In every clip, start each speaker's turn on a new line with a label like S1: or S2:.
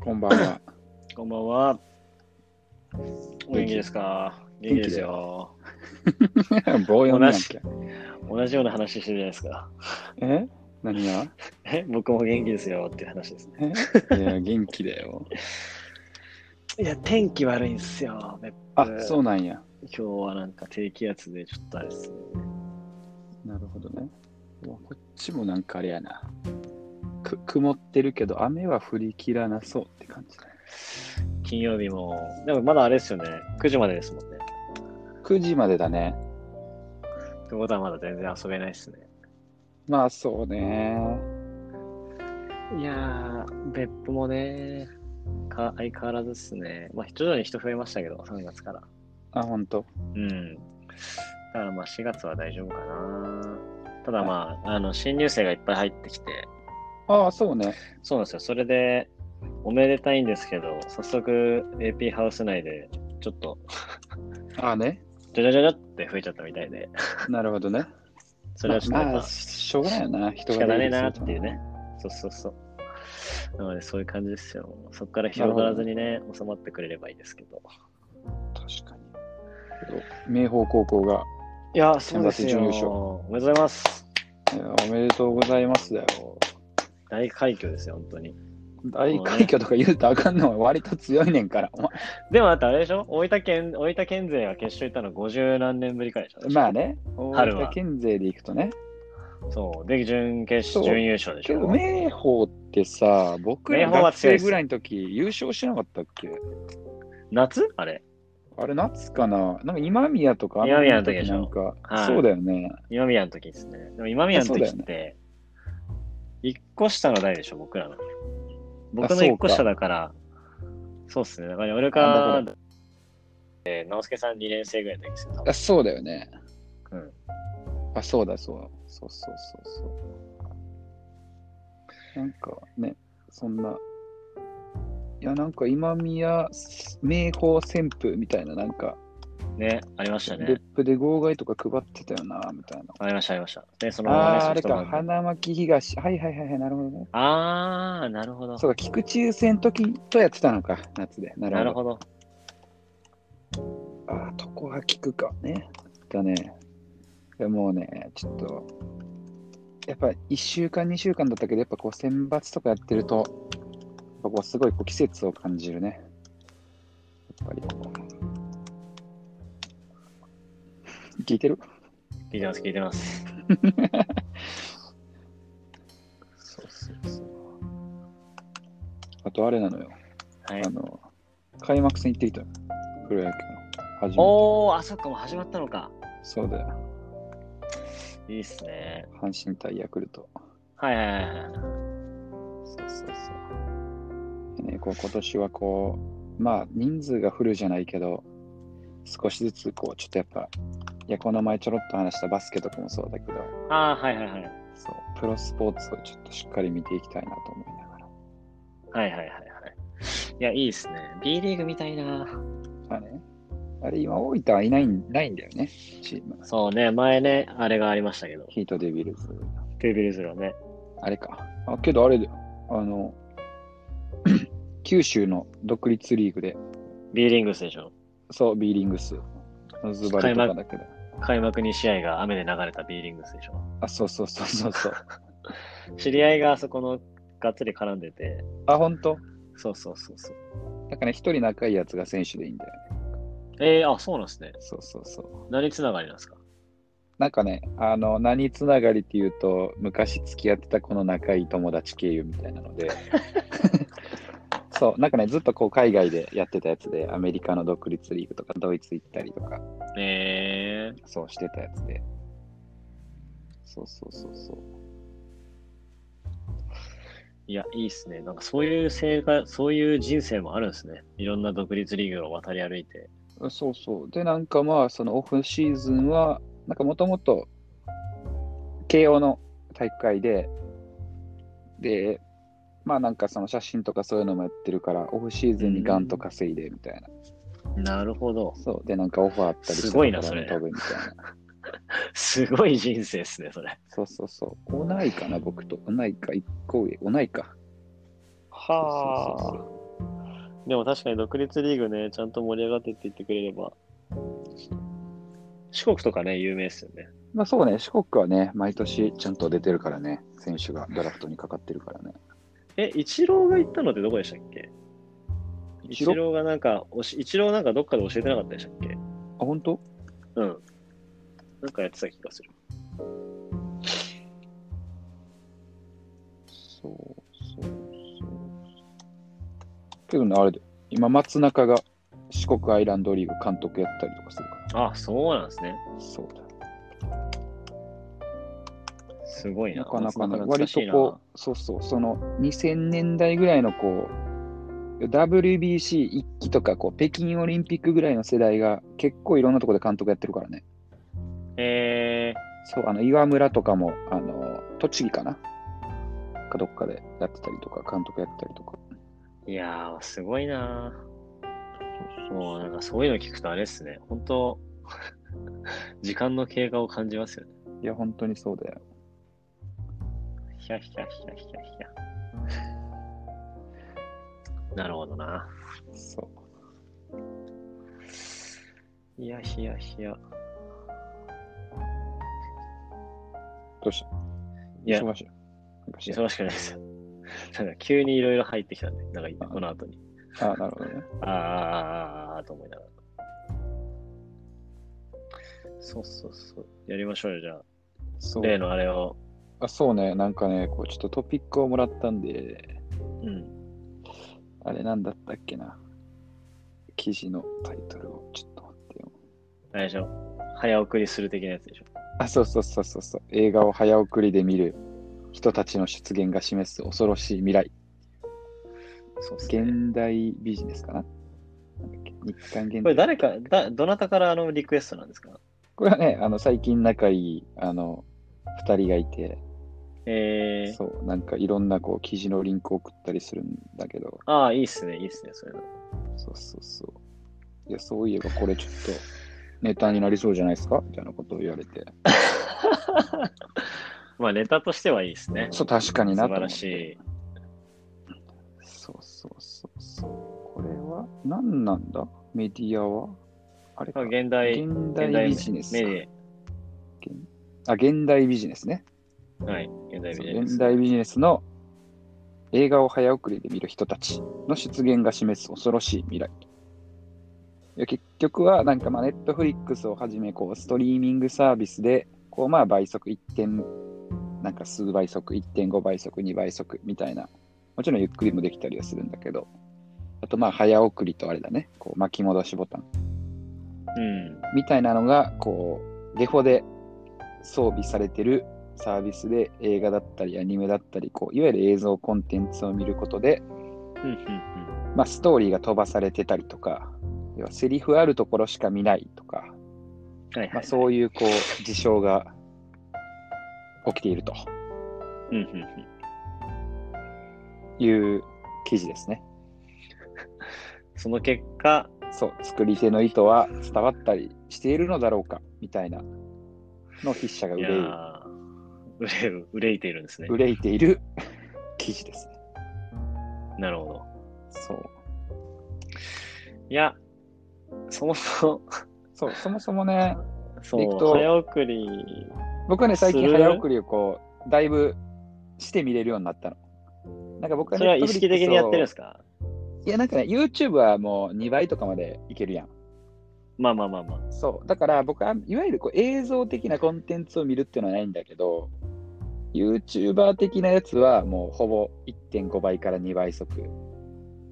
S1: こんばんは。
S2: こんばんは。お元気ですか元
S1: 元気
S2: 気ですよ。
S1: 棒読みなんけ。
S2: 同じような話してるじゃないですか。
S1: え何が
S2: え、僕も元気ですよっていう話ですね。
S1: えいや、元気だよ。
S2: いや、天気悪いんですよ。別府
S1: あ、そうなんや。
S2: 今日はなんか低気圧でちょっとあれですね。
S1: なるほどね。うわこっちもなんかあれやな。く曇ってるけど、雨は降り切らなそうって感じだね。
S2: 金曜日も、でもまだあれですよね。9時までですもんね。
S1: 9時までだね。
S2: ってことはまだ全然遊べないですね。
S1: まあそうね。
S2: いやー、別府もね、か相変わらずですね。まあ、徐々に人増えましたけど、3月から。
S1: あ、ほんと。
S2: うん。だからまあ4月は大丈夫かな。ただまあ、あの、新入生がいっぱい入ってきて、
S1: ああ、そうね。
S2: そうなんですよ。それで、おめでたいんですけど、早速 AP ハウス内で、ちょっと、
S1: ああね。
S2: じゃじゃじゃじゃって増えちゃったみたいで、
S1: なるほどね。
S2: それはちょっと
S1: ま
S2: やっ
S1: あ、ま
S2: ぱ
S1: あ、しょうがないよな。人
S2: 仕
S1: が
S2: 方
S1: 出
S2: ね
S1: 入
S2: え
S1: りする
S2: な
S1: と
S2: っていうね。そうそうそう。なので、そういう感じですよ。そこから広がらずにね、収まってくれればいいですけど。
S1: 確かに。けど明豊高校が、
S2: いや、そうです
S1: 選抜準優
S2: よ。
S1: 勝
S2: おめでとうございます。
S1: いやおめでとうございますだよ。
S2: 大快挙ですよ、本当に。
S1: 大快挙とか言うとあかんのは割と強いねんから。 お前
S2: でもあとあれでしょ大分県、大分県勢が決勝行ったの50何年ぶりくらいでしょ
S1: まあ。ね、大
S2: 春は
S1: 分県勢でいくとね。
S2: そう。で、準決
S1: そう
S2: 勝、準優勝でし
S1: けど、
S2: ょ
S1: 明豊ってさ、僕ら
S2: 明豊は
S1: 学
S2: 強い
S1: 生
S2: っす
S1: ぐらいの時優勝してなかったっけ
S2: 夏あれ。
S1: あれ、夏かななんか今宮とか、
S2: 今宮の時でしょ
S1: なんか、
S2: はい
S1: そうだよね。
S2: 今宮の時ですね。でも今宮の時
S1: まあ
S2: っ
S1: そう
S2: て、一個下の代でしょ僕らの。
S1: あ
S2: 僕の
S1: そうか
S2: 一個下だから、そうっすね。だから
S1: な
S2: 俺が
S1: ん、
S2: えー直輔さん2年生ぐらいの時ですよ。多分
S1: あ、そうだよね。
S2: うん
S1: あ、そうだ、そうだ。そうそうそうそう。なんかね、そんな。いや、なんか今宮、明豊旋風みたいな、なんか、
S2: ね、ありました
S1: レ
S2: ね
S1: ッ。プで号外とか配ってたよな、みたいな。
S2: ありました、ありました。で、その
S1: あ
S2: ね
S1: あ、あれ
S2: ソフトバ
S1: か、
S2: ンク
S1: 花巻東。はいはいはいはい、なるほどね。
S2: あー、なるほど。
S1: そうか、菊池戦の時とやってたのか、夏で。な
S2: な
S1: る
S2: る
S1: ほ
S2: ほど。
S1: ど。ああ、とこは菊か。ね。だね。いやもうね、ちょっと、やっぱ1週間、2週間だったけど、やっぱこう選抜とかやってると、やっぱこうすごいこう季節を感じるね。やっぱりこう。聞いてる
S2: 聞いてます、聞いてます。
S1: そうそうそう。あとあれなのよ。
S2: はい
S1: あ。の、開幕戦行ってきたよ。プロ野球の。初めて。
S2: おー、あそっか、もう始まったのか。
S1: そうだよ。
S2: いいっすね。
S1: 阪神対ヤクルト。
S2: はいはいはいはい。
S1: そうそうそう。でね、こう今年はこう、まあ人数がフルじゃないけど、少しずつこう、ちょっとやっぱ、いや、この前ちょろっと話したバスケとかもそうだけど、
S2: あー、はいはいはい。
S1: そう、プロスポーツをちょっとしっかり見ていきたいなと思いながら。
S2: はいはいはいはい。いや、いいっすね。B リーグみたいな。
S1: まあね、あれ今大分はいないんないんだよね、チーム。
S2: そうね、前ね、あれがありましたけど。
S1: ヒートデビルズ。
S2: デビルズのね。
S1: あれか。あ、けどあれだよ。あの、 九州の独立リーグで、
S2: B リングスでしょ。
S1: そう、ビーリングス。ズバリとかだけど。
S2: 開幕2試合が雨で流れた B リングスでしょ。
S1: あ、そうそうそうそうそう。
S2: 知り合いがあそこのがっつり絡んでて。
S1: あ、ほんと
S2: そうそうそうそう。
S1: だから一人仲いいやつが選手でいいんだよね。
S2: えー、あ、そうなんですね。
S1: そうそうそう。
S2: 何つながりなんですか
S1: なんかね、あの、何つながりっていうと、昔付き合ってたこの仲いい友達経由みたいなので。そう、なんかね、ずっとこう海外でやってたやつで、アメリカの独立リーグとか、ドイツ行ったりとか、
S2: えー、
S1: そうしてたやつで。そうそうそうそう。
S2: いや、いいっすね。なんかそういう生活、そういう人生もあるんですね。いろんな独立リーグを渡り歩いて。
S1: そうそう。で、なんかまあ、そのオフシーズンは、なんかもともと、慶応の大会で、で、まあなんかその写真とかそういうのもやってるから、オフシーズンにガンと稼いでみたいな。
S2: なるほど。
S1: そう。で、なんかオファーあったり
S2: すごいな
S1: したら
S2: それ
S1: 飛ぶみたいな。
S2: すごい人生っすね、それ。
S1: そうそうそう。おないかな、僕と。おないか、一個上。おないか。そうそうそう
S2: でも確かに独立リーグね、ちゃんと盛り上がってって言ってくれれば。四国とかね、有名ですよね。
S1: まあそうね、四国はね、毎年ちゃんと出てるからね、選手がドラフトにかかってるからね。
S2: え、イチローが行ったのってどこでしたっけイチ
S1: 一郎
S2: ローがなんか、おしイチローなんかどっかで教えてなかったでしたっけ
S1: あ、本当
S2: うん。なんかやってた気がする。
S1: そうそうそう。けどね、あれで、今、松中が四国アイランドリーグ監督やったりとかするから。
S2: あ、そうなんですね。
S1: そうだ。
S2: すごいな。
S1: なかなかね、
S2: 懐
S1: 割
S2: かし
S1: と
S2: いな
S1: こう、そうそう、その2000年代ぐらいのこう、WBC 一期とかこう、北京オリンピックぐらいの世代が結構いろんなところで監督やってるからね。
S2: え
S1: そう、あの、岩村とかも、あの、栃木かなかどっかでやってたりとか、監督やったりとか。
S2: ー、いやー、すごいなー。もうなんかそういうの聞くとあれですね。本当 時間の経過を感じますよね。
S1: いや、本当にそうだよ。
S2: ひゃひゃひゃひゃひゃ。なるほどな。
S1: そう。
S2: いやひやひや。
S1: どうした
S2: いや、
S1: 忙しい。なんかして
S2: 忙しくないですよ。なんか急にいろいろ入ってきたんで、なんかこの後に。
S1: ああ、なるほどね。
S2: あーあーあーあーと思いながら。そうそうそう。やりましょうよ、じゃあ。
S1: そう
S2: 例のあれを。
S1: あそうね、なんかね、こうちょっとトピックをもらったんで、
S2: うん。
S1: あれなんだったっけな。記事のタイトルをちょっと待ってよ。
S2: あれでしょ。早送りする的なやつでしょ。
S1: あ、そうそうそうそうそう。映画を早送りで見る人たちの出現が示す恐ろしい未来。
S2: そうっすね。
S1: 現代ビジネスかななんだっけ日韓現代。
S2: これ誰か、だどなたからあのリクエストなんですか
S1: これはね、あの最近仲いいあの2人がいて、
S2: えー、
S1: そう、なんかいろんなこう記事のリンクを送ったりするんだけど、
S2: ああ、いいっすね、いいっすね、それの。
S1: そうそうそう。いや、そういえばこれちょっとネタになりそうじゃないですかみたいなことを言われて。
S2: まあ、ネタとしてはいいっすね。
S1: そう、確かに
S2: 素
S1: なと
S2: 晴
S1: 思
S2: ら
S1: って。
S2: しい。
S1: そうそうそうそう。これは何なんだメディアはあれか
S2: まあ現代、
S1: 現
S2: 現
S1: 代
S2: 代
S1: ビジネスか
S2: メデ
S1: あ、現代ビジネスね。
S2: ィア。はい、現代ビ
S1: そう
S2: ジネス。
S1: 現代ビジネスの映画を早送りで見る人たちの出現が示す恐ろしい未来。いや結局は、なんかまあネットフリックスをはじめこうストリーミングサービスでこうまあ倍速1点、なんか数倍速、1.5倍速、2倍速みたいな、もちろんゆっくりもできたりはするんだけど、あとまあ早送りとあれだね、こう巻き戻しボタン
S2: うん。
S1: みたいなのがこうデフォで装備されてるサービスで映画だったりアニメだったりこういわゆる映像コンテンツを見ることで、
S2: うんうん
S1: まあ、ストーリーが飛ばされてたりとか要はセリフあるところしか見ないとか、
S2: うん。はい、
S1: ま
S2: は
S1: あ、
S2: い。
S1: そういうこう事象が起きていると
S2: うんうんうん。
S1: いう記事ですね。
S2: その結果、
S1: そう作り手の意図は伝わったりしているのだろうかみたいなの筆者が
S2: いや
S1: 憂い
S2: ー憂う、憂いているんですね。
S1: 憂いている 記事ですね。
S2: なるほど。
S1: そう
S2: いや、そもそも、
S1: そうそもそもね
S2: そ
S1: 行く
S2: う、
S1: と
S2: 早送り、
S1: 僕はね、最
S2: す
S1: 近
S2: る
S1: 早送りをこう、だいぶして見れるようになったの。なんか僕は
S2: それは意
S1: Netflix
S2: 識的にやってるんですか
S1: をいや、なんかね、YouTube はもう2倍とかまでいけるやん。
S2: まあまあまあまあ。
S1: そう。だから僕は、いわゆるこう映像的なコンテンツを見るっていうのはないんだけど、YouTuber 的なやつはもうほぼ1.5倍から2倍速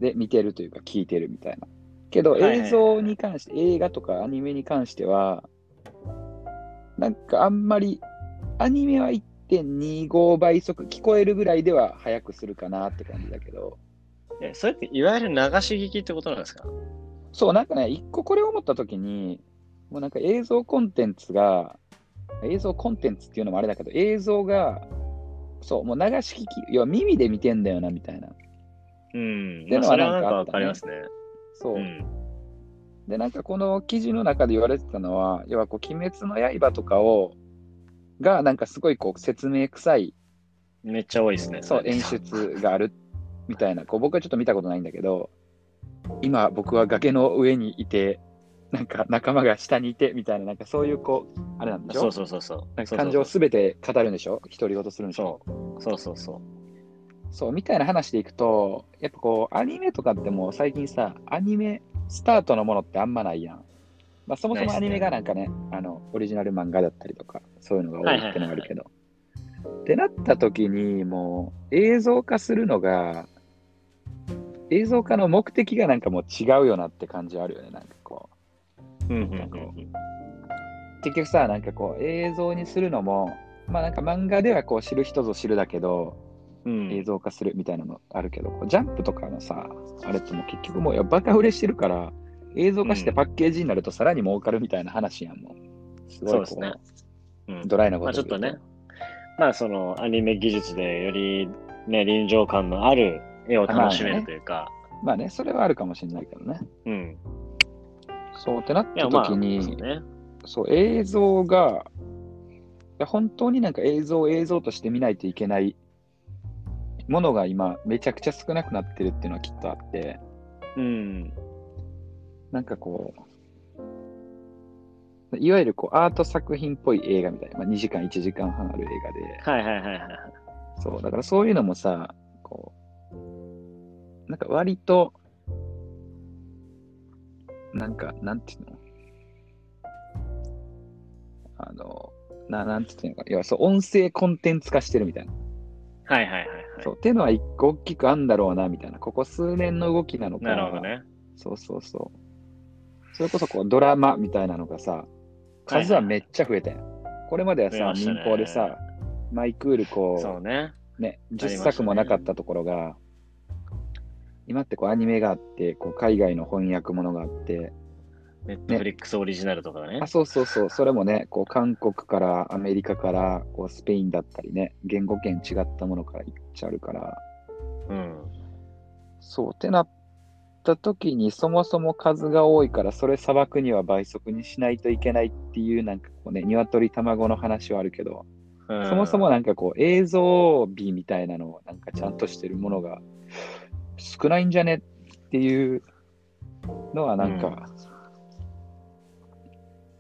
S1: で見てるというか聞いてるみたいな。けど
S2: はいはいはい
S1: 映像に関して、映画とかアニメに関しては、なんかあんまり、アニメは1.25倍速、聞こえるぐらいでは速くするかなって感じだけど、
S2: え、それっていわゆる流し聞きってことなんですか
S1: そう、なんかね、一個これを思ったときに、もうなんか映像コンテンツが、映像コンテンツっていうのもあれだけど、映像が、そう、もう流し聞き、要は耳で見てんだよな、みたいな。
S2: うん。
S1: で
S2: まあ、
S1: も
S2: それはなん
S1: なんか
S2: か
S1: あ
S2: わ
S1: ったね
S2: かりますね。
S1: そう。
S2: うん。
S1: で、なんかこの記事の中で言われてたのは、要はこう、鬼滅の刃とかを、が、なんかすごいこう、説明臭い、
S2: めっちゃ多いですね。
S1: そう、
S2: れ
S1: 演。出がある、みたいな。こう、僕はちょっと見たことないんだけど、今僕は崖の上にいて、なんか仲間が下にいてみたいな、なんかそういうこう、あれなんでしょ
S2: そうそうそうそう。
S1: なんか感情すべて語るんでしょ独り言するんでしょ
S2: そうそうそうそう。
S1: そう、みたいな話でいくと、やっぱこう、アニメとかってもう最近さ、アニメスタートのものってあんまないやん。まあ、そもそ
S2: ない
S1: も
S2: っ
S1: ア
S2: すね
S1: ニメがなんかね、あの、オリジナル漫画だったりとか、そういうのが多いってのがあるけど。ってなった時に、もう映像化するのが、映像化の目的がなんかもう違うよなって感じあるよね、なんかこう。
S2: うん
S1: うんうん結局さ、なんかこう、映像にするのも、まあなんか漫画ではこう知る人ぞ知るだけど、
S2: うん
S1: 映像化するみたいなのあるけど、こうジャンプとかのさ、あれってもう結局もういやバカ売れしてるから、映像化してパッケージになるとさらに儲かるみたいな話やんもう。すごい
S2: そう
S1: こ
S2: ですね。うん
S1: ドライなこ
S2: まあち
S1: と
S2: ょっと
S1: 言う
S2: ね、まあそのアニメ技術でよりね、臨場感のある絵を楽しめるというか、
S1: まあね、それはあるかもしれないけどね。
S2: うん。
S1: そうってなっ
S2: で
S1: た
S2: もまあ、
S1: 時に、
S2: そうね。
S1: そう映像が、いや本当になんか映像を映像として見ないといけないものが今めちゃくちゃ少なくなってるっていうのはきっとあって、
S2: うん。
S1: なんかこう、いわゆるこうアート作品っぽい映画みたいな、まあ、2時間、1時間半ある映画で、
S2: はいはいはいはい。
S1: そう、だからそういうのもさ、こう、なんか割と、なんか、なんていうのあの、ななんていうのかな、いや、そう、音声コンテンツ化してるみたいな。
S2: はいはいはいはい。
S1: そう、っていうのは一個大きくあんだろうな、みたいな。ここ数年の動きなのか
S2: なるほどね。
S1: そうそうそう。それこそこうドラマみたいなのがさ、
S2: はい
S1: 数はめっちゃ増えたやん。これまでは
S2: 増え
S1: さ、
S2: ました
S1: 民
S2: ね
S1: 放でさ、マイクール
S2: そ
S1: こ
S2: うね。
S1: う、ね、
S2: まし
S1: 10
S2: たね
S1: 作もなかったところが、今ってこうアニメがあって、こう海外の翻訳ものがあって、
S2: ネットフリックスオリジナルとかね
S1: あ、。そうそうそう、それもね、こう韓国からアメリカからこうスペインだったりね、言語圏違ったものからいっちゃあるから、
S2: うん。
S1: そうってなった時にそもそも数が多いからそれ砂漠には倍速にしないといけないっていうなんかこうね鶏卵の話はあるけど、
S2: うん
S1: そもそもなんかこう映像美みたいなのをなんかちゃんとしてるものが少ないんじゃねっていうのはなん
S2: うん
S1: か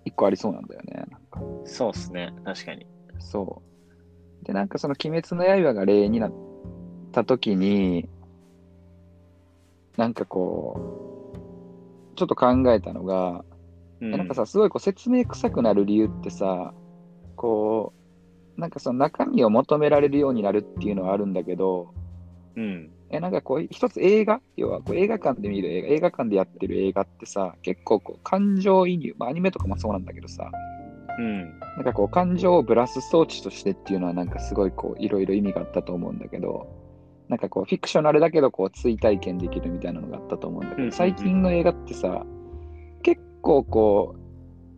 S1: 一個ありそうなんだよね。なんか
S2: そうっすね。確かに。
S1: そう。で、なんかその鬼滅の刃が例になった時に、なんかこう、ちょっと考えたのが、
S2: うん
S1: えなんかさ、すごいこう説明臭くなる理由ってさ、こう、なんかその中身を求められるようになるっていうのはあるんだけど、
S2: うん。
S1: えなんかこう一つ映画要はこう映画館で見る映画映画館でやってる映画ってさ結構こう感情移入、まあ、アニメとかもそうなんだけどさ、
S2: うん。
S1: なんかこう感情をぶらす装置としてっていうのはなんかすごいこういろいろ意味があったと思うんだけどなんかこうフィクショナルだけどこう追体験できるみたいなのがあったと思うんだ
S2: うん
S1: け
S2: うんう
S1: ど
S2: ん
S1: 最近の映画ってさ結構こ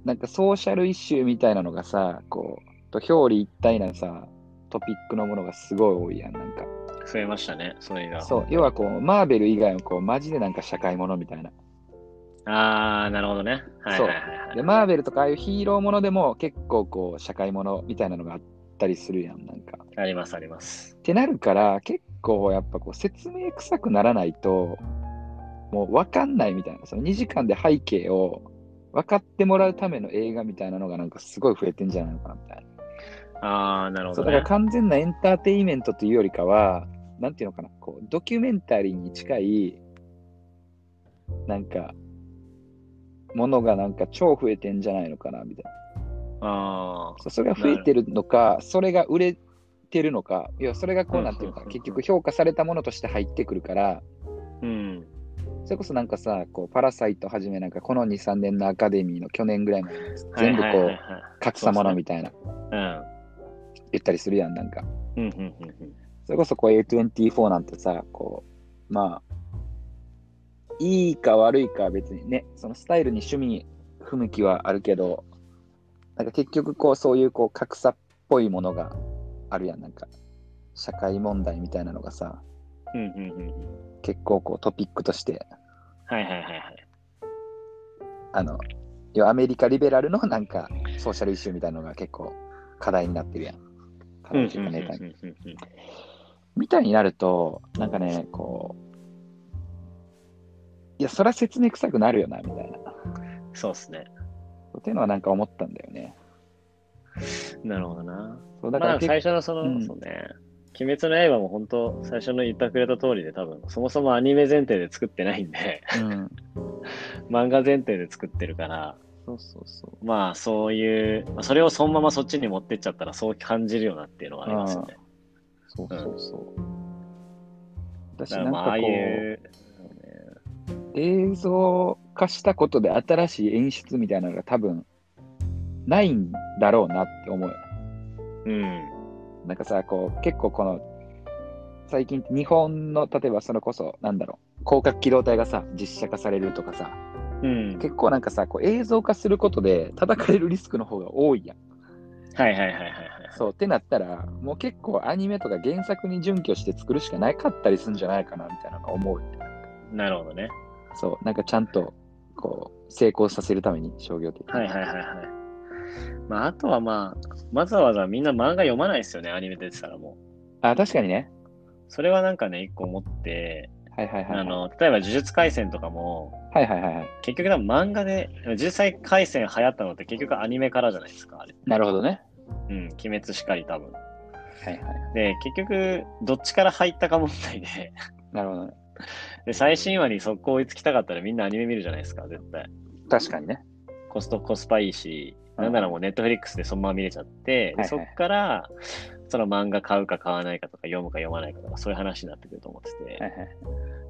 S1: うなんかソーシャルイシューみたいなのがさこうと表裏一体なさトピックのものがすごい多いやんなんか
S2: 増えましたね。そういうのは。
S1: そう要はこうマーベル以外はこうマジでなんか社会ものみたいな
S2: あー、なるほどね。はいはいはいはい。
S1: でマーベルとかああいうヒーローものでも結構こう社会ものみたいなのがあったりするやんなんか
S2: ありますあります
S1: っ。てなるから結構やっぱこう説明臭くならないともう分かんないみたいなその2時間で背景を分かってもらうための映画みたいなのがなんかすごい増えてんじゃないのかなみたいな、
S2: あー、なる
S1: そ
S2: ほ
S1: う
S2: ど
S1: だから
S2: ね。
S1: 完全なエンターテインメントというよりかはなんていうのかなこうドキュメンタリーに近いなんかものがなんか超増えてんじゃないのかなみたいな
S2: あ
S1: そうそれが増えてるのか、それが売れてるのか、要はそれがこうなんていうのか
S2: う
S1: な、
S2: んうんうん
S1: 結局評価されたものとして入ってくるから、
S2: ー。うん。
S1: それこそなんかさ、こうパラサイトはじめなんか、この2、3年のアカデミーの去年ぐらいまで、全部こう
S2: はいはいはいはい
S1: 格差ものみたいな、言ったりするやん、なんか。
S2: うん。うんうんうんうん。
S1: それこそこう A24 なんてさ、こう、まあ、いいか悪いかは別にね、そのスタイルに趣味不向きはあるけど、なんか結局こうそういうこう格差っぽいものがあるやん、なんか社会問題みたいなのがさ、
S2: うんうんうんうん。
S1: 結構こうトピックとして、
S2: はいはいはいはい。
S1: あの、要はアメリカリベラルのなんかソーシャルイシューみたいなのが結構課題になってるやん。課題っていうかネタに
S2: うんうんうんうん
S1: みたいになると、なんかね、こう、いや、そりゃ説明臭くなるよな、みたいな。
S2: そうですね。
S1: っていうのはなんか思ったんだよね。
S2: なるほどな。
S1: そうだか
S2: だからら
S1: 結
S2: 最初のその、
S1: うん
S2: そうね、鬼滅の刃も本当、最初の言ってくれた通りで、多分、そもそもアニメ前提で作ってないんで、
S1: 構、うん、
S2: 漫画前提で作ってるから、
S1: そうそうそ
S2: まあそういう、まあそれをそのままそっちに持ってっちゃったら、そう感じるよなっていうのはありますよね。
S1: う。そうそうそう。
S2: だ
S1: 私
S2: か
S1: な
S2: ら
S1: ん
S2: まあ、あ
S1: か
S2: あい
S1: こう、
S2: う、
S1: 映像化したことで新しい演出みたいなのが多分、ないんだろうなって思うよね。
S2: うん、
S1: なんかさ、こう、結構この、最近日本の、例えばそれこそ、なんだろう、広角機動隊がさ、実写化されるとかさ、
S2: うん、
S1: 結構なんかさ、こう映像化することで叩かれるリスクの方が多いやん。
S2: はいはいはいはいはい。
S1: そうってなったら、もう結構アニメとか原作に準拠して作るしかなかったりするんじゃないかなみたいなのが思う。
S2: なるほどね。
S1: そう、なんかちゃんと、こう、成功させるために商業的に。
S2: はいはいはいはい。まああとはまあ、わざわざみんな漫画読まないですよね、アニメ出てたらもう。
S1: あ、確かにね。
S2: それはなんかね、一個思って、
S1: はいはいはい。
S2: あの、例えば呪術廻戦とかも、
S1: はいはいはいはい。
S2: 結局多分漫画で、呪術廻戦流行ったのって結局アニメからじゃないですか、あれ。
S1: なるほどね。
S2: うん、鬼滅しかり多分。
S1: はいはい。
S2: で、結局、どっちから入ったか問題で、
S1: なるほどね。
S2: で、最新話に速攻追いつきたかったらみんなアニメ見るじゃないですか、絶対。
S1: 確かにね。
S2: コスト、コスパいいし、
S1: うん
S2: なんならもうネットフリックスでそのまま見れちゃって、
S1: はいは
S2: で
S1: い
S2: そっから、その漫画買うか買わないかとか、読むか読まないかとか、そういう話になってくると思ってて、
S1: はいはい。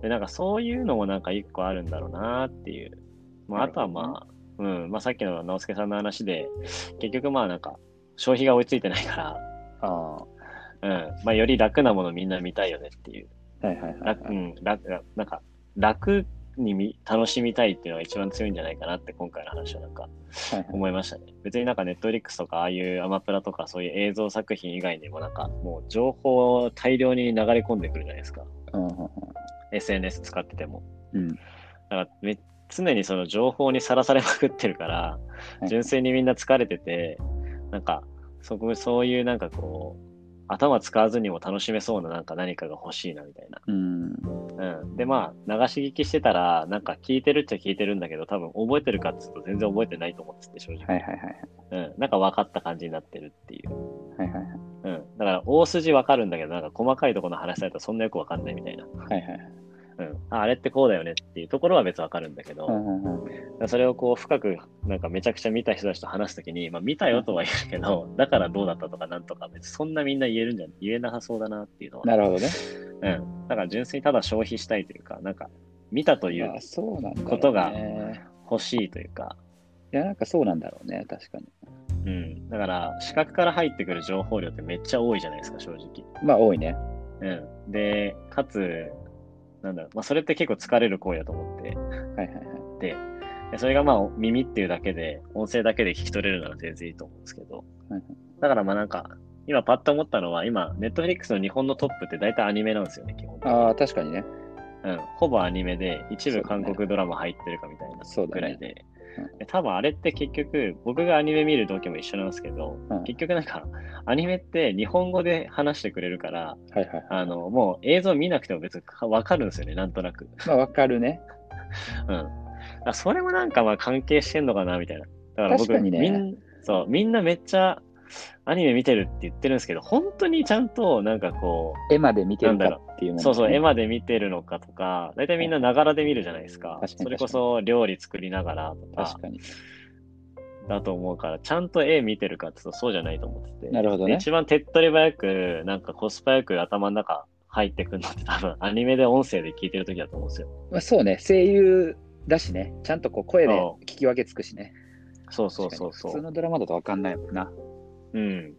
S2: で、なんかそういうのもなんか一個あるんだろうなっていう。まあ、
S1: な
S2: あ
S1: る
S2: と
S1: ほど
S2: は
S1: ね
S2: まあ、うん、まあさっきの直輔さんの話で、結局まあなんか、消費が追いついてないか
S1: ああ。は
S2: ら、うん、まあより楽なものみんな見たいよねっていう。
S1: いはいはいはい
S2: 楽、うん、楽、なんか、楽にみ楽しみたいっていうのが一番強いんじゃないかなって今回の話はなんか
S1: はいはい。
S2: 思いましたね。別になんかネットフリックスとかああいうアマプラとかそういう映像作品以外にもなんかもう情報を大量に流れ込んでくるじゃないですか。
S1: うんうんうん
S2: SNS 使ってても。
S1: うん。
S2: だからめ常にその情報にさらされまくってるから、
S1: い
S2: 純粋にみんな疲れてて、なんか、そこ、そういうなんかこう、頭使わずにも楽しめそうななんか何かが欲しいなみたい
S1: うん。
S2: な。うん。で、まあ、流し聞きしてたら、なんか聞いてるっちゃ聞いてるんだけど、多分覚えてるかっつうと全然覚えてないと思ってて、正直。
S1: はいはいはい。
S2: うん。なんか分かった感じになってるっていう。
S1: はいはい
S2: うん。だから、大筋分かるんだけど、なんか細かいところの話されたらそんなよく分かんないみたいな。
S1: はい。はいはいはい。
S2: うん。ああれってこうだよねっていうところは別に分かるんだけど、
S1: うんうんうん。
S2: それをこう深くなんかめちゃくちゃ見た人たちと話すときに、まあ、見たよとは言うけど、だからどうだったとかなんとか別にそんなみんな言えるんじゃ言えなさそうだなっていうのは、
S1: なるほどね。
S2: うん、だから純粋にただ消費したいというかなんか見たとい
S1: ま
S2: う
S1: あ、そうなんだ、ね。
S2: ことが
S1: い
S2: 欲しいというか、
S1: や、なんかそうなんだろうね。確かに。
S2: うん、だから視覚から入ってくる情報量ってめっちゃ多いじゃないですか正直、
S1: まあ、多いね。
S2: うん、でかつなんだろう、まあ、それって結構疲れる行為だと思って
S1: はいはいはい。
S2: ででそれがまあ耳っていうだけで音声だけで聞き取れるなら全然いいと思うんですけど、
S1: いはい
S2: だからまあなんか今パッと思ったのは今ネットフリックスの日本のトップって大体アニメなんですよね基本的に、
S1: ああ、確かにね。
S2: うん、ほぼアニメで一
S1: そう
S2: 部
S1: だね
S2: 韓国ドラマ入ってるかみたい
S1: そ
S2: な
S1: うだね
S2: ぐらいで,、
S1: う
S2: で多分あれって結局僕がアニメ見る動機も一緒なんですけど、
S1: うん
S2: 結局なんかアニメって日本語で話してくれるから
S1: はいはいはい。
S2: あのもう映像見なくても別にわかるんですよねなんとなく
S1: まあ、わかるね。
S2: うん。あそれもなんかまあ関係してんのかなみたいな。だから僕
S1: 確かにね
S2: みんそうみんなめっちゃアニメ見てるって言ってるんですけど、本当にちゃんとなんかこ
S1: 絵まで見てるかっていうもの
S2: う、
S1: ね
S2: そうそう、絵まで見てるのかとか、大体みんなながらで見るじゃないですか。
S1: 確かに
S2: それこそ料理作りながらとか
S1: 確かに。
S2: だと思うから、ちゃんと絵見てるかって言うとそうじゃないと思ってて。
S1: なるほど
S2: で
S1: ね。
S2: 一番手っ取り早く、なんかコスパよく頭の中入ってくるのって 多分アニメで音声で聞いてる時だと思うんですよ。
S1: まあ、そうね。声優だしね。ちゃんとこう声で
S2: そ
S1: 聞き分けつくしね。
S2: そうそうそうそう。
S1: 確かに普通のドラマだとわかんないもんな。
S2: うん。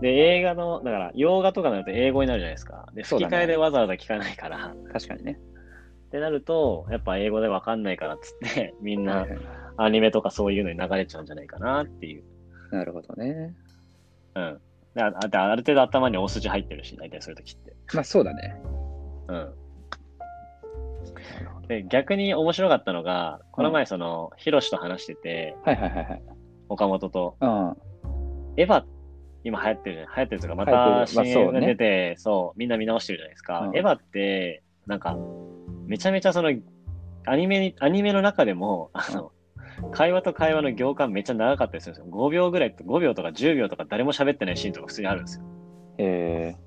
S2: で、映画の、だから、洋画とかになると英語になるじゃないですか。で、
S1: そう
S2: 吹
S1: だ
S2: き
S1: ね
S2: 替えでわざわざ聞かないから。
S1: 確かにね。
S2: ってなると、やっぱ英語でわかんないからっつって、みん
S1: は
S2: ない
S1: はい
S2: アニメとかそういうのに流れちゃうんじゃないかなっていう。
S1: なるほどね。
S2: うん。であである程度頭に大筋入ってるし、大体そういう時って。
S1: まあ、そうだね。
S2: うん。
S1: なるほど
S2: で、逆に面白かったのが、この前、その、ヒロシと話してて、
S1: はいはいはいはい。
S2: 岡本と、
S1: うん。
S2: エヴァ、今流行ってるじゃない流行ってるというか、ま
S1: 流行
S2: た
S1: ってるまあ
S2: 新映
S1: そうね
S2: が出て、そう、みんな見直してるじゃないですか。
S1: うん
S2: エヴァって、なんか、めちゃめちゃその、アニメに、アニメの中でも、あの、会話と会話の行間めっちゃ長かったりするんですよ。5秒ぐらい、5秒とか10秒とか誰も喋ってないシーンとか普通にあるんですよ。
S1: え
S2: だか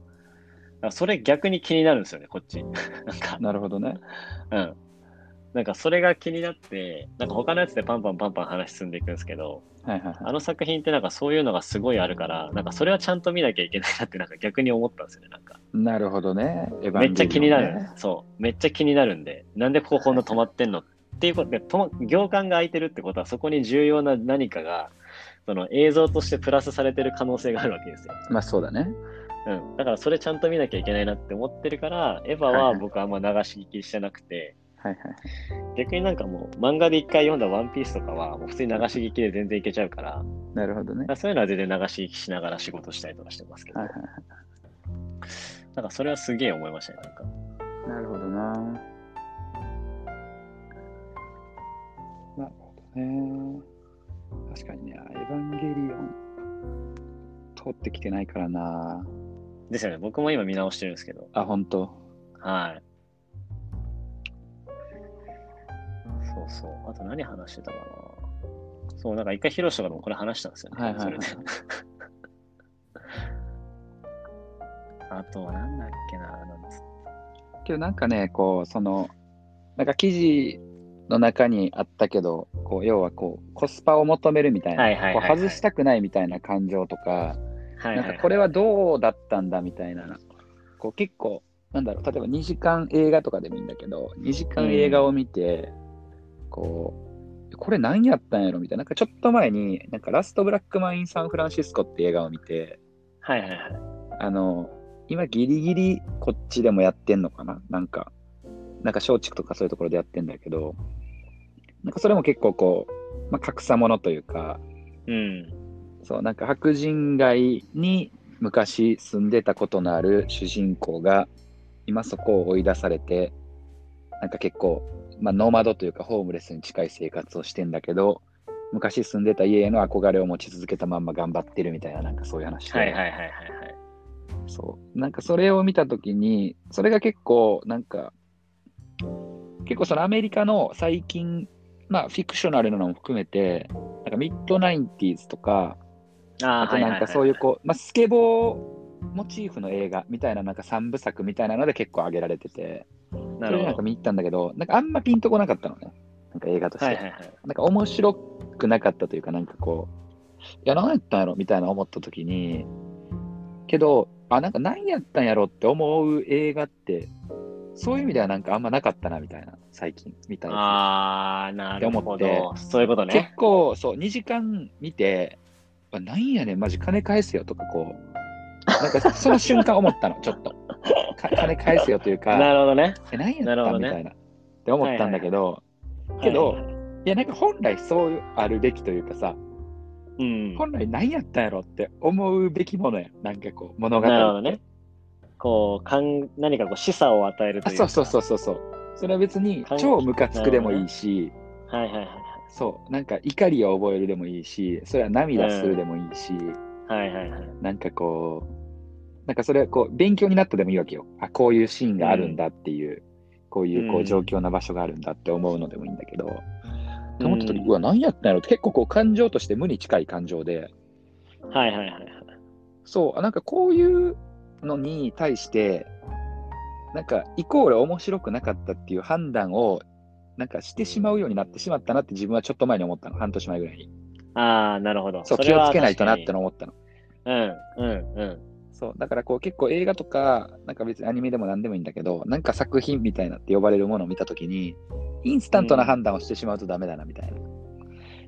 S2: らそれ逆に気になるんですよね、こっち。 なんか
S1: ー、、なるほどね。
S2: うん。なんかそれが気になって、なんか他のやつでパンパンパンパン話進んでいくんですけど、
S1: はいはいはい。
S2: あの作品ってなんかそういうのがすごいあるから、なんかそれはちゃんと見なきゃいけないなってなんか逆に思ったんですよね、なんか。
S1: なるほどね。エヴァンゲリオンね
S2: めっちゃ気になる、そう、めっちゃ気になるんで、なんでこここんな止まってんのっていうことで、とも行間が空いてるってことは、そこに重要な何かが、その映像としてプラスされてる可能性があるわけですよ。
S1: まあそうだね。
S2: うん。だからそれちゃんと見なきゃいけないなって思ってるから、エヴァ
S1: はいは
S2: はい僕あんま流し聞きしてなくて、
S1: はいはい。
S2: 逆になんかもう漫画で一回読んだワンピースとかは、もう普通に流し聞きで全然いけちゃうから、だか
S1: なるほどね。
S2: らそういうのは全然流し聞きしながら仕事したりとかしてますけど、
S1: はい
S2: な
S1: は
S2: ん
S1: いは
S2: かそれはすげえ思いましたね、なんか。
S1: い。なるほどな。なるほどね。確かにね、エヴァンゲリオン、通ってきてないからな。
S2: ですよね、僕も今見直してるんですけど、
S1: あ、本当。
S2: はい。そうそう。あと何話してたかな。そう、なんか一回ヒロシとかでもこれ話したんですよね。
S1: はいはいはい
S2: それで あとはなんだっけな。なんつ
S1: けどなんかね、こう、その、なんか記事の中にあったけど、こう要はこうコスパを求めるみたいな、
S2: はいはいはいはい
S1: こう外したくないみたいな感情とか、
S2: はい
S1: なんかこれはどうだったんだみたいな、こう結構、なんだろう、例えば2時間映画とかでもいいんだけど、2時間映画を見て、こう、これ何やったんやろみたいな、なんかちょっと前に、なんかラストブラックマンインサンフランシスコって映画を見て、
S2: はいはいはい。
S1: あの、今ギリギリこっちでもやってんのかななんか、なんか松竹とかそういうところでやってんだけど、なんかそれも結構こう、まあ、格差ものというか、
S2: うん。
S1: そうなんか白人街に昔住んでたことのある主人公が今そこを追い出されてなんか結構、まあ、ノーマドというかホームレスに近い生活をしてんだけど昔住んでた家への憧れを持ち続けたまんま頑張ってるみたいななんかそういう話で、
S2: はいはいはいはいはい。
S1: そうなんかそれを見た時にそれが結構なんか結構そのアメリカの最近まあフィクショナルなのも含めてなんかミッドナインティーズとか
S2: あ
S1: あ
S2: ー
S1: と
S2: はい
S1: なんかそういうこう、まあ、スケボーモチーフの映画みたいななんか3部作みたいなので結構上げられてて、
S2: う。な
S1: そ
S2: る
S1: れで
S2: ほど
S1: なんか見に行ったんだけど、なんかあんまピンとこなかったのね、なんか映画として。
S2: はいはいはい。
S1: なんか面白くなかったというか、なんかこう、いや、何やったんやろみたいな思った時に、けど、あ、なんか何やったんやろって思う映画って、そういう意味ではなんかあんまなかったなみたいな、最近見たやつ
S2: あー、なるほ
S1: って思
S2: ど。そういうことね
S1: 結。構そう2時間見てあなんやねんマジ金返せよとかこうなんかその瞬間思った のちょっとか金返せよという
S2: な
S1: か
S2: るほどね。
S1: えなんや
S2: なる
S1: っ
S2: ほ
S1: た
S2: ど
S1: み
S2: ね
S1: たいなって思ったんだけど、けど
S2: はいはいはい
S1: いやなんか本来そうあるべきというかさ
S2: うん。
S1: 本来なんやったんやろって思うべきものやなんかこう物語
S2: なるほどね。こう、かん何かこう示唆を与えると
S1: あ
S2: いう
S1: そ
S2: か。
S1: うそうそうそうそうそれは別に
S2: 関係
S1: 超ムカつくでもいいし、
S2: はいはいはいはい。
S1: そうなんか怒りを覚えるでもいいしそれは涙するでもいいし、
S2: はいはいはい。
S1: なんかこう、なんかそれはこう、勉強になったでもいいわけよ。あ、こういうシーンがあるんだっていう、こういうこ
S2: う
S1: うん状況な場所があるんだって思うのでもいいんだけど、って思った時、
S2: うん
S1: うわ、何やったんやろって結構こう、感情として無に近い感情で、
S2: はいはいはいはい。
S1: そう、あなんかこういうのに対して、なんかイコール面白くなかったっていう判断を、なんかしてしまうようになってしまったなって自分はちょっと前に思ったの、半年前ぐらいに。
S2: ああ、なるほど。
S1: そう、
S2: そ
S1: 気
S2: れ
S1: を
S2: は
S1: つけないとなっ
S2: 確
S1: て
S2: かに
S1: の思ったの。
S2: うん、うん、うん。
S1: そう、だからこう結構映画とか、なんか別にアニメでも何でもいいんだけど、なんか作品みたいなって呼ばれるものを見たときに、インスタントな判断をしてしまうとダメだなみたいな。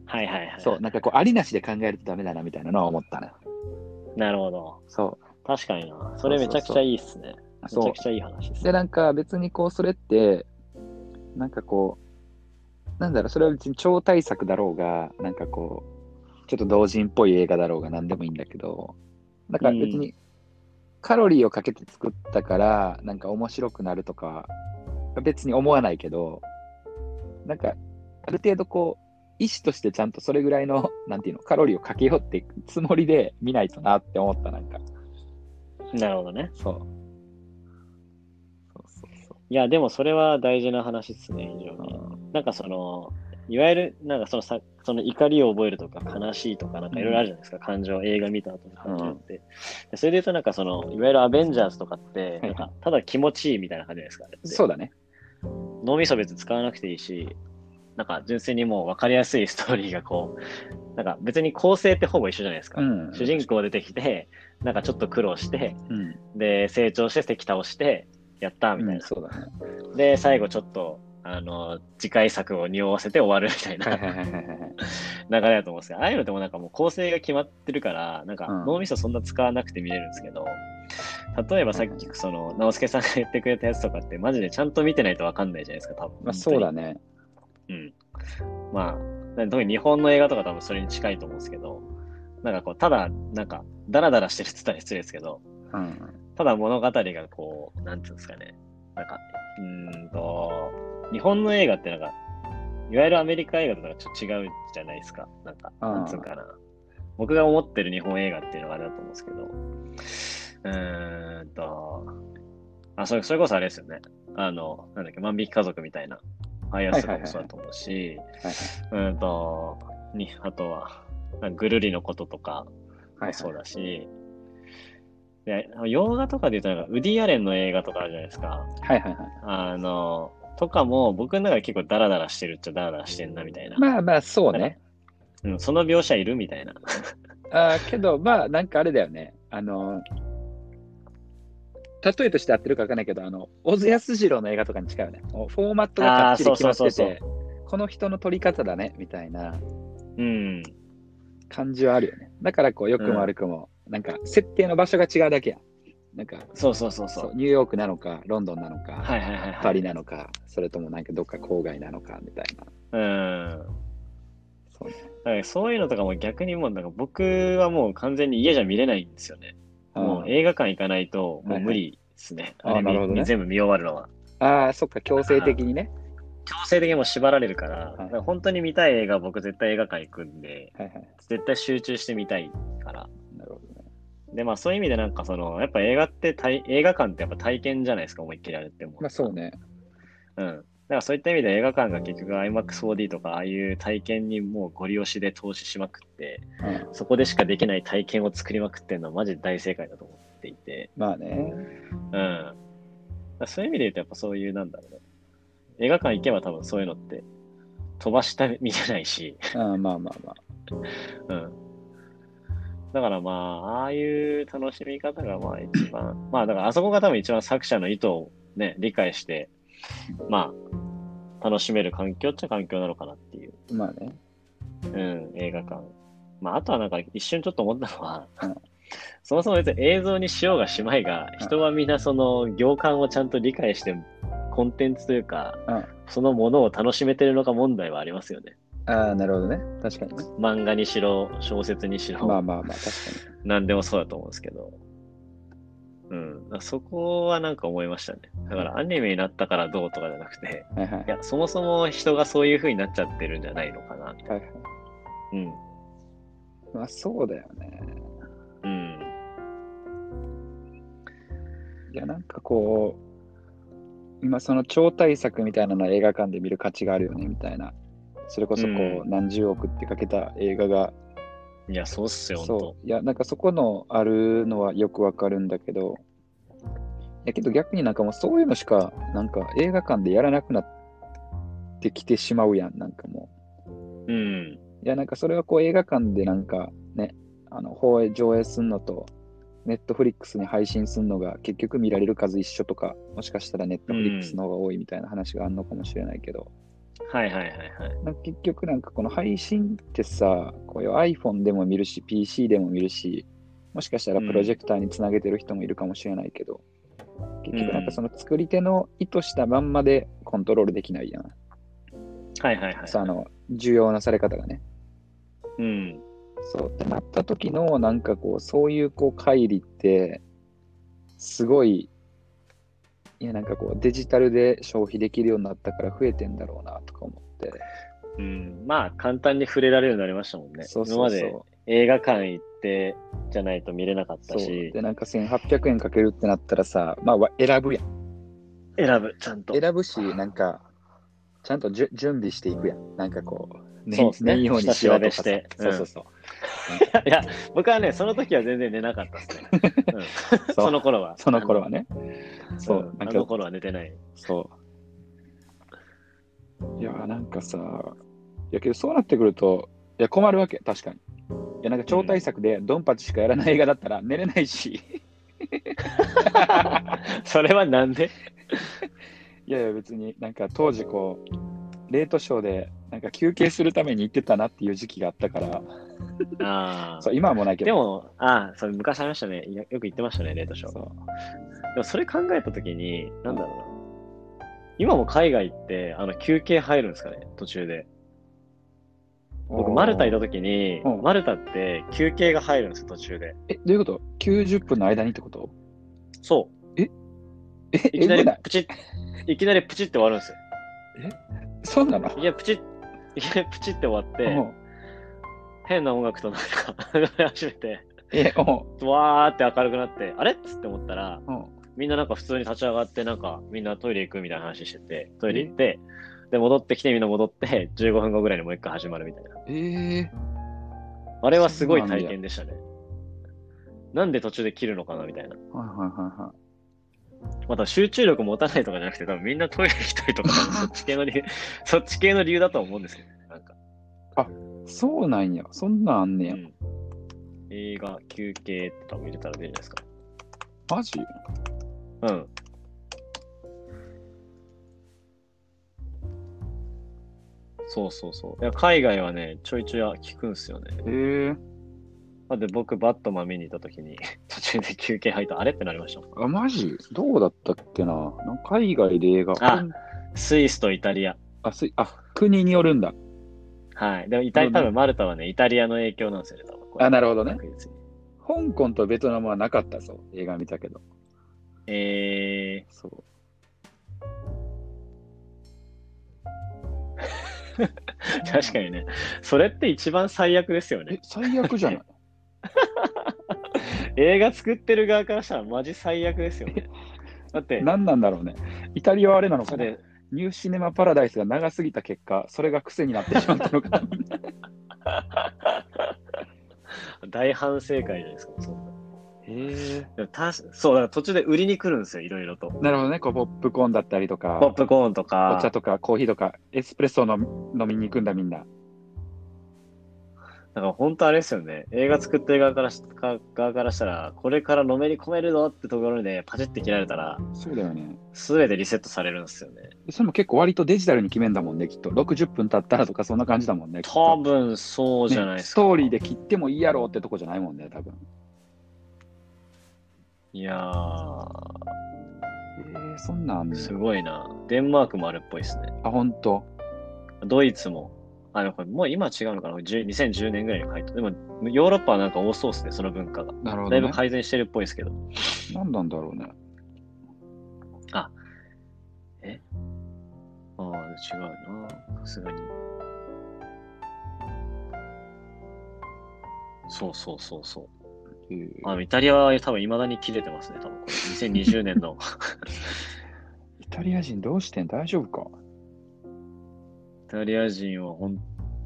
S2: はいはいはい。
S1: そう、なんかこう、ありなしで考えるとダメだなみたいなのは思ったな。
S2: なるほど。
S1: そ
S2: 確かにな。それめちゃくちゃいいっすね。
S1: う。
S2: めち
S1: そ
S2: ゃくちゃいい話です
S1: う。
S2: ね。
S1: で、なんか別にこう、それって、なんかこう、なんだろう、それは別に超大作だろうが、なんかこう、ちょっと同人っぽい映画だろうが何でもいいんだけど、だから別に、カロリーをかけて作ったから、なんか面白くなるとか、別に思わないけど、なんか、ある程度こう、意思としてちゃんとそれぐらいの、 なんていうの、カロリーをかけようっていくつもりで見ないとなって思った、なんか。
S2: なるほどね。
S1: そう。そうそうそう。
S2: いや、でもそれは大事な話っすね、非常に。
S1: うん
S2: なんかその、いわゆる、なんかそのさ、その怒りを覚えるとか、悲しいとか、なんかいろいろあるじゃないですか、感情、映画見た後の感情って。でそれで言うと、なんかその、いわゆるアベンジャーズとかっ
S1: は
S2: て、
S1: い
S2: なんかただ気持ちいいみたいな感じじゃないですか。あれって
S1: そうだね。
S2: 脳みそ別に使わなくていいし、なんか純粋にもう分かりやすいストーリーがこう、なんか別に構成ってほぼ一緒じゃないですか。
S1: うん。
S2: 主人公出てきて、なんかちょっと苦労して、
S1: うん。
S2: で、成長して敵倒して、やったみたい
S1: うん、
S2: な。
S1: そうだね。
S2: で、最後ちょっと、あの、次回作を匂わせて終わるみた
S1: は
S2: い
S1: い
S2: な
S1: はいはいはいはい。
S2: 流れだと思うんですけど、ああいうのでもなんかもう構成が決まってるから、なんか
S1: うん
S2: 脳みそそんな使わなくて見れるんですけど、例えばさっきその、直輔さんが言ってくれたやつとかって、マジでちゃんと見てないとわかんないじゃないですか、多分。
S1: まあそうだ
S2: ね。
S1: ね。
S2: うん。まあ、特に日本の映画とか多分それに近いと思うんですけど、なんかこう、ただ、なんか、ダラダラしてるって言ったら失礼ですけど、
S1: うん。
S2: ただ物語がこう、なんていうんですかね。なんか、うーんと、日本の映画ってなんか、いわゆるアメリカ映画とかちょっと違うじゃないですか。なんか、
S1: あー
S2: なんつうかな。僕が思ってる日本映画っていうのがあれだと思うんですけど、うーんと、あ、それそれこそあれですよね。あの、なんだっけ、万引き家族みたいな。ああいうやつとかもそうだと思うし、
S1: はい
S2: うんーんと、に、あとは、なんかぐるりのこととか、
S1: はい。はい
S2: そうだし、で洋画とかで言うと、なんか、ウディ・アレンの映画とかあるじゃないですか。
S1: はいはいはい。
S2: あの、とかも、僕の中で結構ダラダラしてるっちゃダラダラしてんな、みたいな。
S1: まあまあそうね。
S2: うん、その描写いるみたいな。
S1: あーけどまあなんかあれだよね。あの例えとして合ってるか分かんないけど、あの、小津安二郎の映画とかに近いよね。もうフォーマットがかっちり決まっ
S2: あーそう
S1: て
S2: そうそう
S1: て、この人の撮り方だね、みたいな
S2: うん。
S1: 感じはあるよね。だからこう、良くも悪くも、なんか設定の場所が違うだけや。なんか、
S2: そうそうそうそ
S1: そうう。ニューヨークなのか、ロンドンなのか、
S2: はいはいはい、
S1: パ
S2: はい。
S1: リなのか、それともなんかどっか郊外なのか、みたいな。
S2: うん。
S1: そうね。
S2: だからそういうのとかも逆にもう、なんか僕はもう完全に家じゃ見れないんですよね。もう
S1: うん
S2: 映画館行かないと、もう無理ですね。
S1: はいはい
S2: あれ
S1: あーなるほどね
S2: 全部見終わるのは。
S1: ああ、そっか、強制的にね。
S2: 強制的にもう縛られるから、
S1: い
S2: だから本当に見たい映画、僕絶対映画館行くんで、
S1: はいはい。
S2: 絶対集中してみたいから。
S1: なるほどね。
S2: で、まあそういう意味でなんかその、やっぱ映画って体、映画館ってやっぱ体験じゃないですか、思いっきりあれっても。
S1: まあそうね。
S2: うん。だからそういった意味で映画館が結局 IMAX4D とかああいう体験にもうご利用しで投資しまくって、
S1: うん
S2: そこでしかできない体験を作りまくってるのはマジで大正解だと思っていて、
S1: まあね。
S2: うん。だからそういう意味で言うとやっぱそういうなんだろうね。映画館行けば多分そういうのって飛ばした見れないし、
S1: ああまあまあまあ。
S2: うんだからまあ、ああいう楽しみ方がまあ一番、まあだからあそこが多分一番作者の意図をね、理解して、まあ、楽しめる環境っちゃ環境なのかなっていう、
S1: まあね。
S2: うん、映画館。まああとはなんか一瞬ちょっと思ったのは
S1: うん、
S2: そもそも別に映像にしようがしまいが、
S1: うん
S2: 人はみんなその行間をちゃんと理解して、コンテンツというか、
S1: うん
S2: そのものを楽しめてるのか問題はありますよね。
S1: ああ、なるほどね。確かにね。
S2: 漫画にしろ、小説にしろ。
S1: まあまあまあ、確か
S2: 何でもそうだと思うんですけど。うん。そこはなんか思いましたね。だからアニメになったからどうとかじゃなくて、
S1: に。はいはい
S2: い。や、そもそも人がそういう風になっちゃってるんじゃないのかな、みたい
S1: はいはい、
S2: な。
S1: まあそうだよね。
S2: うん。うん。
S1: いや、なんかこう、今その超大作みたいなのは映画館で見る価値があるよね、みたいな。それこそこ
S2: う
S1: う、何十億ってかけた映画が、
S2: いや、そうっすよ、ほんと。
S1: そう。いや、なんかそこのあるのはよくわかるんだけど、いやけど逆になんかもうそういうのしか、なんか映画館でやらなくなってきてしまうやん、なんかもう。
S2: うん。
S1: いや、なんかそれはこう映画館でなんかね、あの放映、上映すんのと、ネットフリックスに配信するのが結局見られる数一緒とか、もしかしたらネットフリックスの方が多いみたいな話があるのかもしれないけど、
S2: はいはいはいはい。
S1: なんか結局なんかこの配信ってさ、こういう iPhone でも見るし、PC でも見るし、もしかしたらプロジェクターにつなげてる人もいるかもしれないけど、結局なんかその作り手の意図したまんまでコントロールできないやん。
S2: はいはいはい。
S1: さ、あの、重要なされ方がね。
S2: うん。
S1: そうってなった時のなんかこうそういうこう乖離ってすごいいやなんかこうデジタルで消費できるようになったから増えてんだろうなとか思って
S2: うん。まあ、簡単に触れられるようになりましたもんね。
S1: そうそう
S2: 今まで
S1: そ
S2: 映画館行って、じゃないと見れなかっ
S1: うそ
S2: た
S1: う
S2: し、
S1: でなんか1800円かけるってなったらさまあわ選ぶやん
S2: 選ぶ、ちゃんと。
S1: 選ぶしなんかちゃんとじゅ準備していくやん。なんかこう、
S2: そうですね
S1: いいようにしようとかさ
S2: 下調べして
S1: そうそうそう。
S2: いや、僕はね、その時は全然寝なかったですね。うん、
S1: そう
S2: その頃は。
S1: その頃はね。
S2: あの。
S1: そ
S2: そううん。
S1: な
S2: あ
S1: んか
S2: の頃は寝てない。
S1: そう。いや、なんかさ、いやけどそうなってくると、いや困るわけ、確かに。いや、なんか超大作でドンパチしかやらない映画だったら寝れないし、
S2: それはなんで
S1: いやいや、別になんか当時こう、レートショーでなんか休憩するために行ってたなっていう時期があったから、
S2: ああ
S1: そう。今はもうないけ
S2: で
S1: ど。
S2: も、ああ、それ昔ありましたね。よよく言ってましたね、レートショー。
S1: そう
S2: でもそれ考えた時に、なんだろうな。今も海外って、あの、休憩入るんですかね、途中で。僕、マルタいた時に
S1: う、ん
S2: マルタって休憩が入るんですよ、途中で。
S1: え、どういうこと ?90 分の間にってこと
S2: そ
S1: え、
S2: う。いきな
S1: えぐ
S2: り
S1: ない
S2: プチッ、いきなりプチって終わるんですよ。
S1: そうなの
S2: いや、プチッ、いきなりプチって終わって、
S1: うん
S2: 変な音楽となんか 流れ始めて、
S1: え、う
S2: わーって明るくなって、あれっつって思ったら、
S1: ん。うん
S2: みんななんか普通に立ち上がって、なんかみんなトイレ行くみたいな話してて、トイレ行って、で、戻ってきてみんな戻って、15分後ぐらいにもう一回始まるみたいな。
S1: ええ
S2: あれはすごい
S1: そうなんだ
S2: 体験でしたね。なんで途中で切るのかなみたい
S1: は
S2: な。
S1: いはいはいはい。
S2: また集中力持たないとかじゃなくて、多分みんなトイレ行きたいと か、そっち系の理由、そっち系の理由だと思うんですけど、なんか。
S1: そうなんや。そんなんあんね
S2: う
S1: や。
S2: ん、映画、休憩とかも入れたら出るじゃないですか。
S1: マジ
S2: うん。そうそうそう。いや海外はね、ちょいちょい聞くんすよね。
S1: ええ
S2: だって僕、バットマン見に行った時に、 途中で休憩入った、あれってなりましたもん。
S1: あ、マジどうだったっけななんか海外で映画。
S2: あスイスとイタリア。
S1: あすいあ、国によるんだ。
S2: はい。でも、イタリ
S1: う
S2: ア、
S1: ん
S2: 多分マルタはね、イタリアの影響なんですよね、多分これ。
S1: あ、なるほどね。
S2: 確実に
S1: 香港とベトナムはなかったぞ。映画見たけど。
S2: え
S1: そう。
S2: ー、 確かにね。それって一番最悪ですよ
S1: え
S2: ね、。
S1: 最悪じゃない
S2: 映画作ってる側からしたらマジ最悪ですよね。だって、
S1: 何なんだろうね。イタリアはあれなの
S2: そ
S1: か
S2: れ
S1: ね。ニューシネマパラダイスが長すぎた結果、それが癖になってしまったのか な。
S2: 大反省会じゃないですか、そんな
S1: へえ。
S2: でもたしそう、だから途中で売りに来るんですよ、いろいろと。
S1: なるほどね。こう、ポップコーンだったりとか。
S2: ポップコーンとか
S1: お、茶とかコーヒーとかエスプレッソを飲み飲みに行くんだみんな。
S2: だから本当あれですよね、映画作ってる側からしか側からしたら、これからのめり込めるぞってところでパチって切られたら、
S1: そうだよね。
S2: すべてリセットされるんですよね。
S1: それも結構割とデジタルに決めんだもんね、きっと。60分経ったらとかそんな感じだもんね。きっと
S2: 多分そうじゃない
S1: ね
S2: です
S1: ス
S2: か。
S1: トーリーで切ってもいいやろうってとこじゃないもんね、多分。
S2: いやー、
S1: えー、そんなんあんねん
S2: すごいな。デンマークもあるっぽいですね。
S1: あ、ほんと。
S2: ドイツも。あのこれもう今違うのかな10 2010年ぐらいに入った。でも、ヨーロッパはなんか多そうですね、その文化が。
S1: なるほ
S2: だ
S1: ど、
S2: いぶ
S1: ね。
S2: 改善してるっぽいですけど。
S1: 何なんだろうね。
S2: ああ、違うな、さすがに。そうそうそうそう。
S1: えー
S2: あイタリアは多分未だに切れてますね、多分これ。2020年 の。
S1: イタリア人どうしてん大丈夫か
S2: イタリア人はほん、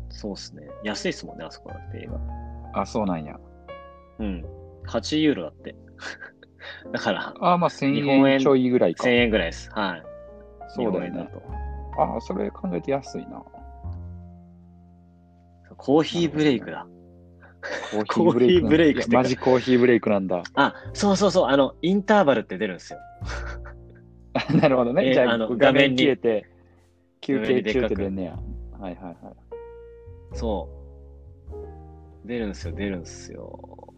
S2: そうっすね。安いっすもんね、あそこだって映画。
S1: あ、そうなんや。
S2: うん。8ユーロだって。 だから、
S1: あ、まあ
S2: 日
S1: 1000
S2: 本円
S1: 円ちょいぐらいか
S2: 1000。円ぐらいです。はい。
S1: そうだよ
S2: 日本
S1: ね
S2: 円。と。
S1: あ、それ考えて安いな。
S2: コーヒーブレイクだ。
S1: コーヒーブレイクなんだ。いや
S2: コーヒーブレイクしてか
S1: マジコーヒーブレイクなんだ。
S2: あ、そうそうそう。あの、インターバルって出るんですよ。
S1: なるほどね。
S2: えー
S1: じゃあ、
S2: あの
S1: 画面
S2: 画面
S1: に
S2: に
S1: 消えて、休
S2: 画面
S1: 憩
S2: にでっ
S1: 中っ
S2: か
S1: て
S2: く
S1: 出んねや。はいはいはい。
S2: そう。出るんすよ、出るんすよ。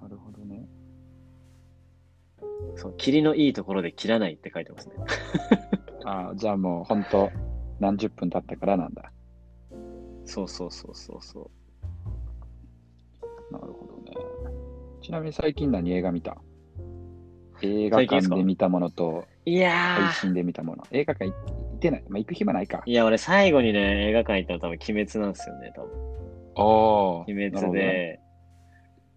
S1: なるほどね。
S2: そう、霧のいいところで切らないって書い てますね。
S1: あーじゃあもう、ほんと、何十分経ったからなんだ。
S2: そうそうそうそうそ
S1: なるほどね。ちなみに最近何映画見た映画
S2: 最近です
S1: 館
S2: か
S1: で見たものと、
S2: う。いや
S1: 配
S2: ー。
S1: 信で見たもの。映画館行ってない。まあ、行く暇ないか。
S2: いや、俺最後にね、映画館行ったの多分鬼滅なんですよね、多分。
S1: おお。
S2: 鬼
S1: なるほ
S2: 滅
S1: どね。
S2: で、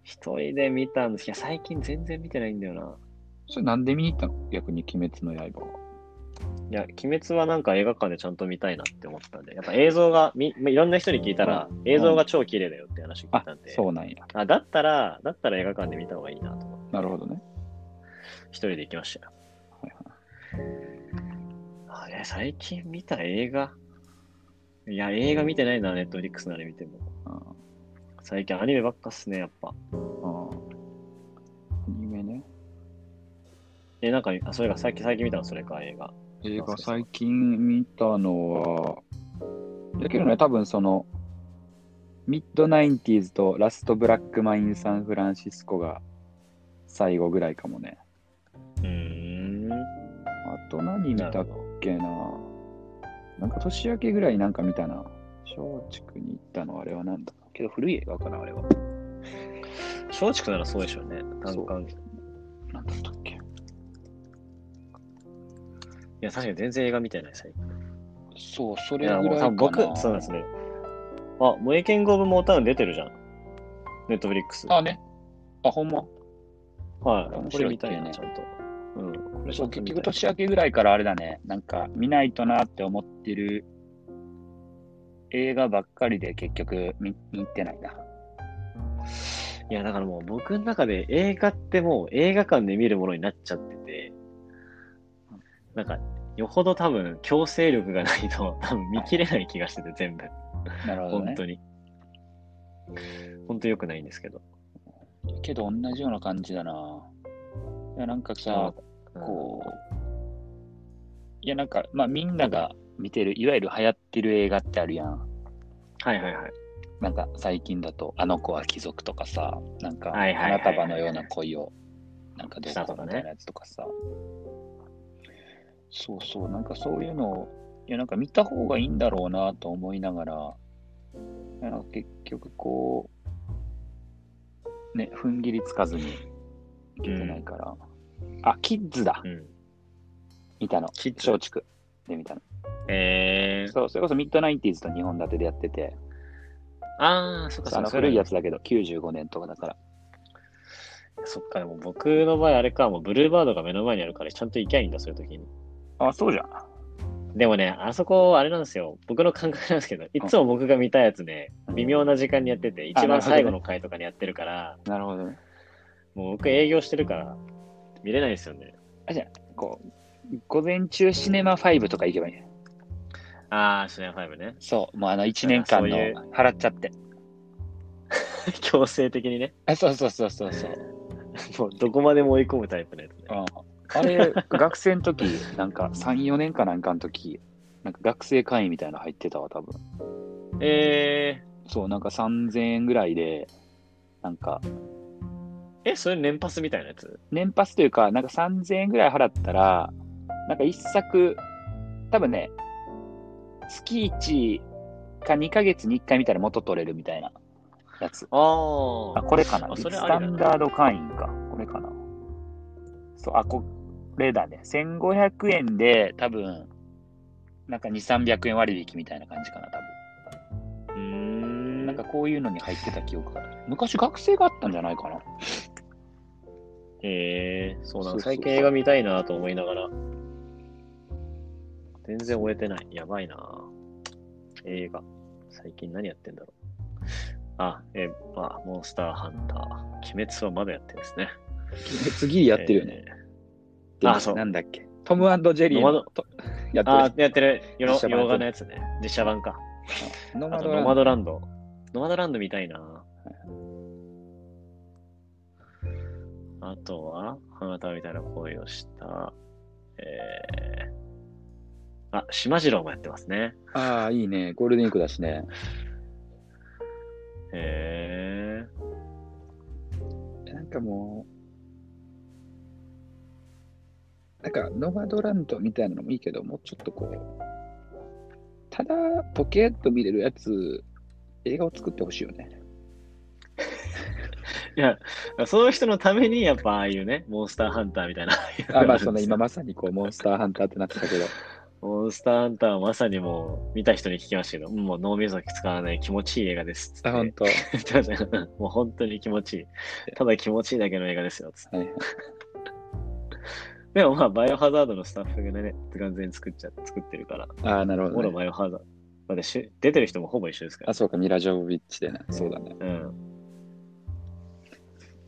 S2: 一人で見たんですいや、最近全然見てないんだよな。
S1: それなんで見に行ったの逆に鬼滅の刃は。
S2: いや、鬼滅はなんか映画館でちゃんと見たいなって思ったんで、やっぱ映像が、みいろんな人に聞いたら、映像が超綺麗だよって話聞い
S1: あ
S2: たんで、
S1: そうなんや
S2: あだったら、だったら映画館で見た方がいいなと思って、
S1: なるほどね
S2: 一人で行きましたよ。あれ、最近見た映画いや、映画見てないな、ネットフリックスなら見ても。
S1: うん
S2: 最近アニメばっかっすね、やっぱ。
S1: うんアニメね
S2: え、なんか、あ、それが最近、最近見たの、それか、映画。
S1: 映画最近見たのは、だけどね、多分その、ミッドナインティーズとラストブラックマインサンフランシスコが最後ぐらいかもね。
S2: うーん。
S1: あと何見
S2: な
S1: た
S2: る
S1: っ
S2: ほ
S1: けななんか年明けぐらいになんか見たな。松竹に行ったのあれはなんだけど古い映画かなあれは。
S2: ど松竹ならそうでしょうね。
S1: そう
S2: 単館。い
S1: なんだったっけ
S2: や、確かに全然映画見てない、最近。
S1: そう、そ
S2: い
S1: れぐ
S2: や、
S1: らい
S2: もう多
S1: かな
S2: 分僕、そうなんですね。あ、萌え剣豪部モータウン出てるじゃん。ネットフリックス。
S1: あ、ね。あ、ほんま。
S2: はい。これ
S1: 面白い
S2: 見
S1: って
S2: た
S1: いう
S2: い
S1: ね
S2: な、ちゃんと。うん。これち
S1: そ
S2: ゃ
S1: うん結
S2: と見たい
S1: 局年明けぐらいからあれだね、なんか見ないとなって思ってる映画ばっかりで結局見見に行ってないな。
S2: いや、だからもう僕の中で映画ってもう映画館で見るものになっちゃってて、なんか、よほど多分強制力がないと 多分見切れない気がしてて全部。
S1: なるほど
S2: 本
S1: ね。
S2: 当に。本当良くないんですけど。
S1: けど同じような感じだな。いやなんかさ、
S2: うん
S1: こう、いやなんか、まあみんなが見てる、いわゆる流行ってる映画ってあるやん。
S2: はいはいはい。
S1: なんか最近だと、あの子は貴族とかさ、なんか
S2: はいはいはいはい
S1: 花束のような恋を、なんかどう
S2: した
S1: こと
S2: か
S1: う
S2: ね
S1: みたいなやつとかさ。そうそう、なんかそういうのを、いやなんか見た方がいいんだろうなと思いながら、いやなんか結局こう、ね、踏ん切りつかずにいけてないから。あ、キッズだ、
S2: うん。
S1: 見たの。
S2: キッズ
S1: 松竹で見たの。
S2: えー。
S1: そう、それこそミッドナインティーズと2本立てでやってて、
S2: あー、そっかそ
S1: あ
S2: っ
S1: の
S2: か。
S1: 古いやつだけど、95年とかだから。
S2: そっか、でも僕の場合あれか、もうブルーバードが目の前にあるからちゃんと行きゃいいんだ、そういう時に。
S1: あ、そうじゃん。
S2: でもね、あそこ、あれなんですよ。僕の感覚なんですけど、いつも僕が見たやつね、微妙な時間にやってて、一
S1: なる
S2: 番
S1: ほどね
S2: 最後の回とかにやってるから、
S1: なるほどね。
S2: もう僕営業してるから、見れないですよね。
S1: こう、午前中シネマ5とか行けばいいね。
S2: あー、シネマ5ね。
S1: そう、もうあの1年間の
S2: そういう
S1: 払っちゃって。
S2: 強制的にね、
S1: あそうそうそうそうそう。
S2: もうどこまでも追い込むタイプのやつね。
S1: うんあれ、学生の時、なんか3、4年かなんかの時、なんか学生会員みたいなの入ってたわ、多分。
S2: え
S1: そう、なんか3000円ぐらいで、なんか、
S2: ー、え、それ年パスみたいなやつ
S1: 年パスというか、なんか3000円ぐらい払ったら、なんか一作、多分ね、月1か2ヶ月に1回見たら元取れるみたいなやつ。
S2: あ
S1: あ、これかな。
S2: あ
S1: ス
S2: それあり
S1: タ
S2: だね
S1: ンダード会員か。これかな。そう、あ、これだね。1500円で、多分なんか2、300円割引みたいな感じかな、多分
S2: うーん。
S1: なんかこういうのに入ってた記憶がある。昔学生があったんじゃないかな。
S2: えー、そう
S1: そ
S2: な
S1: うそう
S2: の。最近映画見たいなと思いながら。全然終えてない。やばいな映画。最近何やってんだろう。あ、えーまあ、モンスターハンター。鬼滅はまだやってるんですね。
S1: 次やってるよね。
S2: えー
S1: あ、
S2: あ
S1: そ。
S2: そうう
S1: なんだっけ。トムジェリー
S2: ノマ
S1: の
S2: ド
S1: とやってる
S2: あ、やってる。よろ
S1: 実写版やってる
S2: 洋画のやつね。実写版か。
S1: ノ
S2: あ
S1: マ
S2: と、
S1: ド
S2: ノ
S1: ランド
S2: マドランド。ノマドランド見たいなあとは、花束みたいな恋をした。えー、あ、島次郎もやってますね。
S1: ああ、いいね。ゴールデンウィークだしね。
S2: へ
S1: なんかもう、なんかノマドランドみたいなのもいいけど、もうちょっとこう、ただポケッと見れるやつ、映画を作ってほしいよね。
S2: え。いや、そういう人のために、やっぱ、ああいうね、モンスターハンターみたいな。
S1: あ、まあその今まさにこう、モンスターハンターってなってた けど、
S2: モンスターハンターはまさにもう、見た人に聞きましたけど、もう脳みそ使わない気持ちいい映画ですっつって。
S1: あ、ほんと。はい
S2: もう本当に気持ちいい。ただ気持ちいいだけの映画ですよっつって。
S1: はい、
S2: でもまあ、バイオハザードのスタッフがね、完全に作っちゃ、作ってるから、
S1: ああ、なるほど、
S2: ほら
S1: ね。
S2: バイオハザード。だってしゅ出てる人もほぼ一緒ですから
S1: あ、。そうか、ミラ・ジョボビッチでね。そうだね。
S2: うん。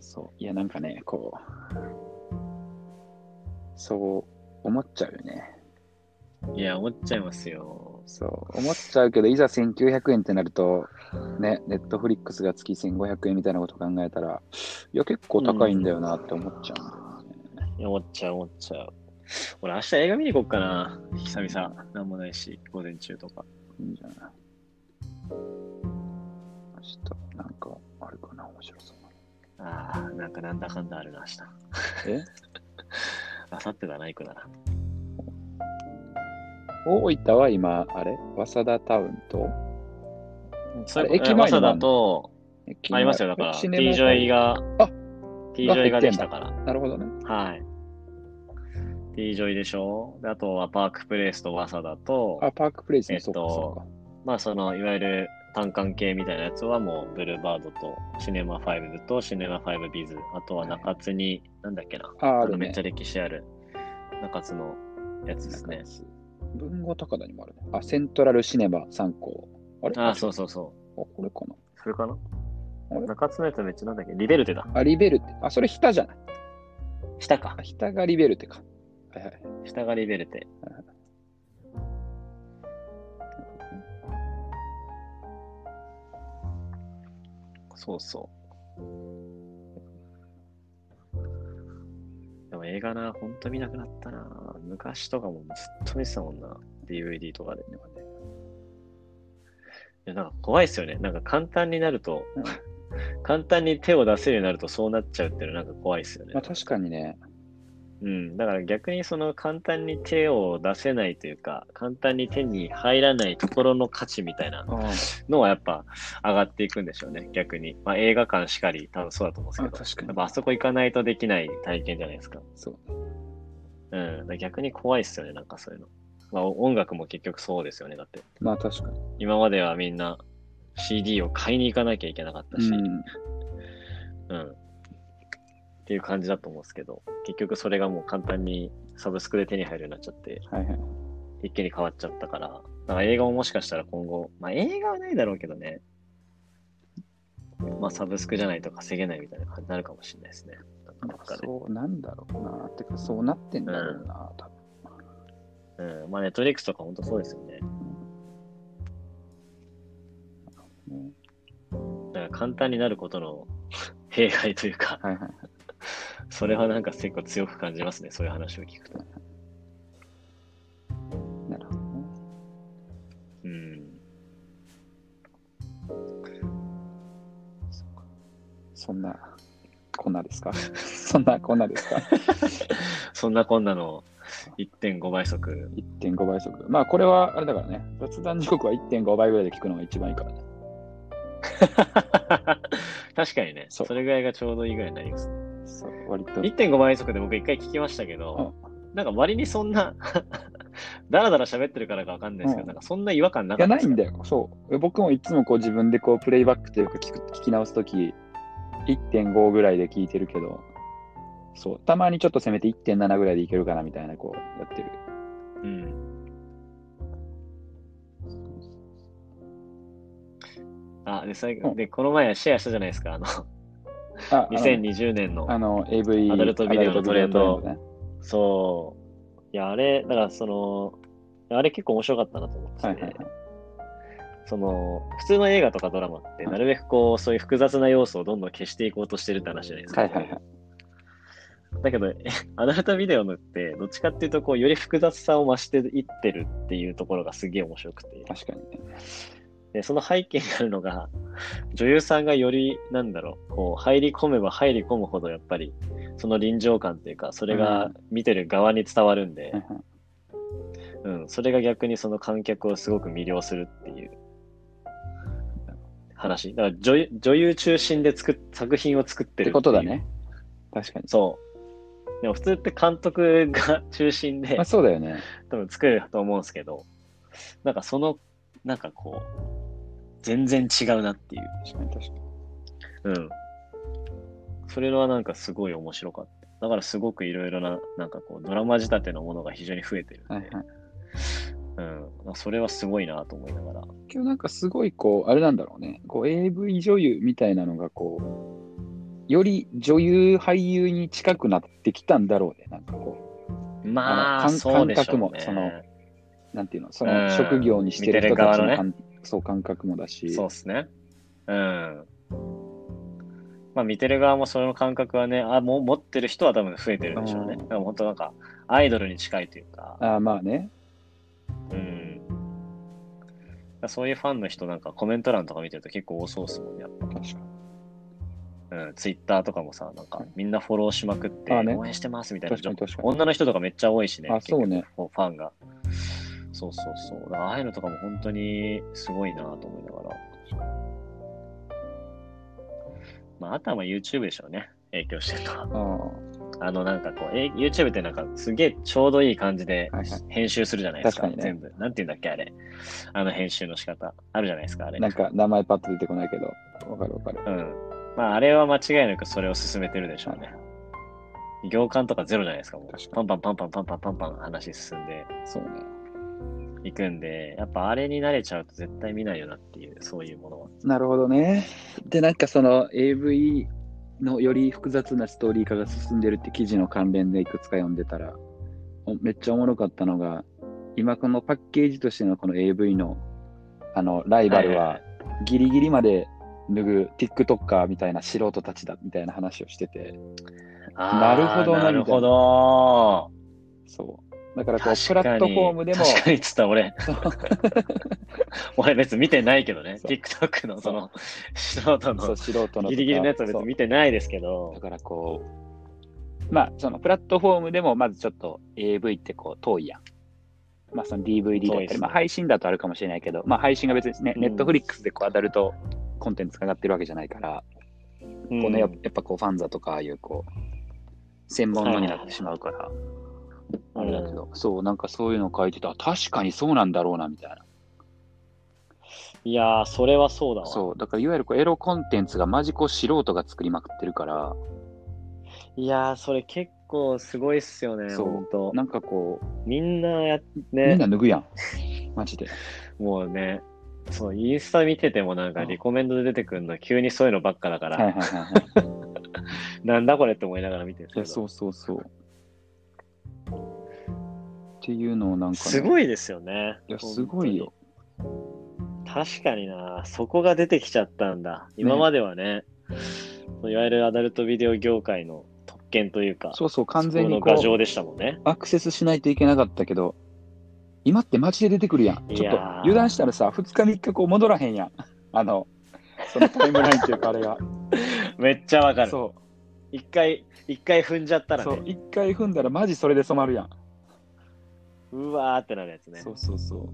S2: そ
S1: いや、なんかね、こう、そう思っちゃうよね。
S2: う。いや、思っちゃいますよ。
S1: そう、思っちゃうけど、いざ1900円ってなると、ね、ネットフリックスが月1500円みたいなこと考えたら、いや、結構高いんだよなって思っちゃうんだよね。
S2: いや思っちゃう、思っちゃう。俺、明日映画見に行こっかな。久々。なんもないし、午前中とか。
S1: いいんじゃない明日、なんか、あるかな、面白そうな。
S2: ああ、なんかなんだかんだあるな、明日。
S1: え
S2: 明後日だな、行くなら。
S1: 大分は今、あれ早稲田タウンと
S2: そ
S1: あれ駅前にもあんの
S2: だと、ありますよ、だから、T ジョイ
S1: が。
S2: が、
S1: あ
S2: T ジョイができたから。
S1: なるほどね。
S2: はい。T ジョイでしょであとはパークプレイスとワサだと、
S1: あ、パークプレイス
S2: え
S1: ね、
S2: っ
S1: そ
S2: と
S1: っかそ
S2: まあその、いわゆる単管系みたいなやつはもう、ブルーバードとシネマ5ブとシネマ5ビズ、あとは中津に、なんだっけな、
S1: っか。あ、あ
S2: あ
S1: る
S2: のめっ
S1: ね
S2: ちゃ。歴史ある中津のやつですね。
S1: 文豪高田にもあるね。あ、セントラルシネマ3校。あれ
S2: あ、そう
S1: そ
S2: そうそう。
S1: う。あ、これかな。
S2: それかな
S1: あれ
S2: 中津のやつはめっちゃなんだっけリベルテだ。
S1: あ、リベルテ。あ、それ下じゃない。
S2: 下か
S1: あ、。下がリベルテか。はいはい。
S2: 下がリベルテ。そうそう。でも映画な、ほんと見なくなったな。昔とかもずっと見てたもんな。DVD とかで。いやなんか怖いっすよね。なんか簡単になると、 簡単に手を出せるようになるとそうなっちゃうっていうのはなんか怖いっすよね。
S1: まあ確かにね。
S2: うん、だから逆にその簡単に手を出せないというか、簡単に手に入らないところの価値みたいな
S1: あ
S2: のはやっぱ上がっていくんでしょうね、逆に。まあ映画館しかり、多分そうだと思うん
S1: あ、
S2: です
S1: 確か
S2: けど、やっ
S1: に。
S2: ぱあそこ行かないとできない体験じゃないですか。
S1: そう。
S2: うん、だから逆に怖いっすよね、なんかそういうの。まあお音楽も結局そうですよね、だって。
S1: まあ確かに。
S2: 今まではみんな CD を買いに行かなきゃいけなかった
S1: う
S2: し、
S1: ん。
S2: うん。っていう感じだと思うんですけど、結局それがもう簡単にサブスクで手に入るようになっちゃって、
S1: はいはい。
S2: 一気に変わっちゃったから、だから映画ももしかしたら今後、まあ映画はないだろうけどね、まあサブスクじゃないと稼げないみたいな感じになるかもしれないですね。なんかね
S1: そうなんだろうな。てか、そうなってんだろうな、多分。
S2: うん、まあネットリックスとか本当そうですよね。
S1: ね
S2: だから簡単になることの 弊害というか、
S1: はいはい。
S2: それはなんか結構強く感じますね、そういう話を聞くと。
S1: なるほどね。
S2: うん。
S1: そうかそんな、こんなですか そんな、こんなですか
S2: そんなこんなの1.5 倍速。
S1: 1.5倍速。まあ、これはあれだからね、雑談時刻は1.5倍ぐらいで聞くのが一番いいからね。
S2: 確かにね
S1: そ
S2: そうれぐらいがちょうどいいぐらいになりますね
S1: そう、割と。
S2: 1.5倍速で僕一回聞きましたけど、なんか割にそんな、 だらだら喋ってるからかわかんないですけ
S1: う
S2: ど、
S1: ん
S2: なんかそんな違和感ないか
S1: や、
S2: った
S1: な
S2: で
S1: い
S2: す
S1: ん
S2: か
S1: だよ。そう。僕もいつもこう自分でこうプレイバックというか聞く聞き直すとき、1.5ぐらいで聞いてるけど、そう、たまにちょっとせめて1.7ぐらいでいけるかなみたいな、こう、やってる。
S2: うん。あ、で、最
S1: う
S2: 後
S1: ん
S2: で、この前シェアしたじゃないですか、あの、
S1: あ、あの
S2: 2020年の。
S1: あの、AV、
S2: アダルトビデオのトレンド
S1: アダルトビデオのね。
S2: そう。いや、あれ、だからその、あれ結構面白かったなと思ってて、
S1: はいはいはい。
S2: その、普通の映画とかドラマって、
S1: はい
S2: なるべくこう、そういう複雑な要素をどんどん消していこうとしてるって話じゃないですか。
S1: はいはいはい。
S2: だけど、え アダルトビデオのって、どっちかっていうと、こう、より複雑さを増していってるっていうところがすげえ面白くて。
S1: 確かにね。
S2: で、その背景にあるのが、女優さんがより、なんだろう、こう、入り込めば入り込むほど、やっぱり、その臨場感というか、それが見てる側に伝わるんで
S1: は、いはい
S2: うん、それが逆にその観客をすごく魅了するっていう話。だから女優、女優中心で作っ、作品を作って
S1: っ
S2: る
S1: て
S2: いう
S1: ことだ。ね。確かに。
S2: そう。でも普通って監督が中心で
S1: まあ、、そうだよね。
S2: 多分作ると思うんですけど、なんかその、なんかこう、全然違うなっていう。
S1: 確かに確かに。
S2: うん。それはなんかすごい面白かっだからすごくいろいろな、なんかこう、ドラマ仕立てのものが非常に増えてるんで、
S1: はいはい。
S2: うん、それはすごいなと思いながら。
S1: 今日なんかすごいこう、あれなんだろうね。こう AV 女優みたいなのがこう、より女優俳優に近くなってきたんだろうね。なんかこ
S2: まあ、
S1: あの感
S2: そうでしょう、ね、
S1: 感覚もそのう、なんていうの、そうの
S2: ん
S1: 職業にしてる人
S2: 見てる
S1: た
S2: 側
S1: ち
S2: の
S1: の
S2: ね
S1: 感そう感覚もだし、
S2: そうですね。うん。まあ、見てる側もその感覚はね、あ、もう持ってる人は多分増えてるんでしょうね。
S1: うん
S2: だから本当なんか、アイドルに近いというか、
S1: あーまあね、
S2: うん。そういうファンの人なんかコメント欄とか見てると結構多そうですもんね、やっ
S1: 確かに。
S2: ぱ。うん、ツイッターとかもさ、なんかみんなフォローしまくって、
S1: あね
S2: 応援してますみたいな
S1: 確か
S2: 人
S1: に確かに。
S2: 女の人とかめっちゃ多いしね、
S1: あそうね
S2: 結構ファンが。そうそうそう。だからああいうのとかも本当にすごいなと思いながら。まあ、あとはまあ YouTube でしょうね。影響してるのは。
S1: あ
S2: あの、なんかこう、え YouTube ってなんかすげえちょうどいい感じで
S1: はいはい
S2: 編集するじゃないですか。
S1: 確かにね
S2: 全部。なんて言うんだっけ、あれ。あの編集の仕方。あるじゃないですか、あれ。
S1: ーなんか名前パッと出てこないけど、わかるわかる。
S2: うん。まあ、あれは間違いなくそれを進めてるでしょうね。行間とかゼロじゃないですか、も
S1: 確
S2: う。
S1: か
S2: パンパンパンパンパンパンパンパン話進んで。
S1: そうね。
S2: 行くんで、やっぱあれに慣れちゃうと絶対見ないよなっていう、そういうものは。
S1: なるほどね。で、なんかその AV のより複雑なストーリー化が進んでるって記事の関連でいくつか読んでたら、おめっちゃおもろかったのが、今このパッケージとしてのこの AV のあのライバル
S2: はい
S1: は
S2: は
S1: ギリギリまで脱ぐ TikToker みたいな素人たちだみたいな話をしてて、
S2: あー
S1: なるほどな
S2: なるほど。
S1: そう。だからこうプ
S2: 確か
S1: ラッ
S2: に
S1: トフォームでも、
S2: 確かにっつったら俺
S1: そう
S2: 俺別に見てないけどね、
S1: そう
S2: TikTok のその素人
S1: そう
S2: の
S1: 素人のとか
S2: ギリギリのやつは別
S1: そう
S2: に見てないですけ
S1: だ
S2: ど、
S1: からこう、まあ、そのプラットフォームでも、まずちょっと AV ってこう遠いやん。まあ、その DVD だっ
S2: 遠いったす
S1: り、
S2: ね
S1: まあ、配信だとあるかもしれないけど、まあ、配信が別にね、
S2: うん
S1: ネットフリックスでこうアダルトコンテンツが上がってるわけじゃないから、
S2: うん
S1: こうね、やっぱこう、ファンザとかああいうこう、専門のになってしまうから、あれだけど、そう、なんかそういうの書いてた、確かにそうなんだろうな、みたいな。
S2: いやー、それはそうだわ。
S1: そう、だからいわゆるこうエロコンテンツがマジこう素人が作りまくってるから、
S2: いやー、それ結構すごいっすよね、
S1: そう
S2: ほんと。
S1: なんかこう、
S2: みんなやっ
S1: みん
S2: ね
S1: な、脱ぐや ん。マジで。
S2: もうね、そう、インスタ見ててもなんか
S1: うん
S2: リコメンドで出てくるの急にそういうのばっかだから、
S1: はいはいはいはい。
S2: なんだこれって思いながら見てるんです
S1: い
S2: け
S1: や、
S2: ど。
S1: そうそうそう。っていうのをなんかね、
S2: すごいですよね。
S1: いや、すごいよ。
S2: 本当に。確かにな、そこが出てきちゃったんだ。今まではね、そういわゆるアダルトビデオ業界の特権というか、
S1: そうそう、完全に
S2: そこの
S1: こ
S2: 牙城
S1: う、
S2: でしたもんね。
S1: アクセスしないといけなかったけど、今って街で出てくるやん。
S2: い
S1: ちょ
S2: や
S1: っ
S2: ー
S1: と油断したらさ、2日3日こう戻らへんやん。あの、そのタイムラインっていうかあ れが。
S2: めっちゃわかる。
S1: そ
S2: 一回、一回踏んじゃった
S1: う、
S2: ら
S1: そう
S2: ね、、
S1: 一回踏んだらマジそれで染まるやん。
S2: うわーってなるやつね
S1: そ。うそうそう。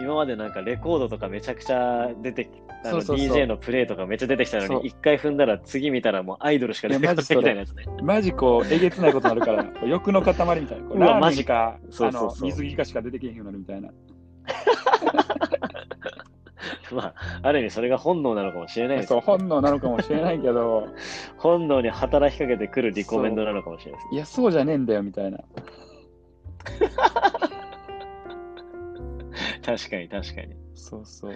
S2: 今までなんかレコードとかめちゃくちゃ出てきあの
S1: そうそうそう
S2: DJ のプレイとかめっちゃ出てきたの
S1: そう
S2: に、一回踏んだら次見たらもうアイドルしか出てこないみたいなやつね。
S1: マジこう、えげつないことになるから、欲の塊みたいな。こ
S2: うわ
S1: ラーメン
S2: マジ
S1: か、
S2: そうそうそう
S1: あの水着かしか出てけへんようになるみたいな。
S2: まあ、ある意味それが本能なのかもしれないで
S1: そ
S2: すけど
S1: う、本能なのかもしれないけど。
S2: 本能に働きかけてくるリコメンドなのかもしれないですね
S1: いや、そうじゃねえんだよみたいな。
S2: 確かに確かに。
S1: そうそう。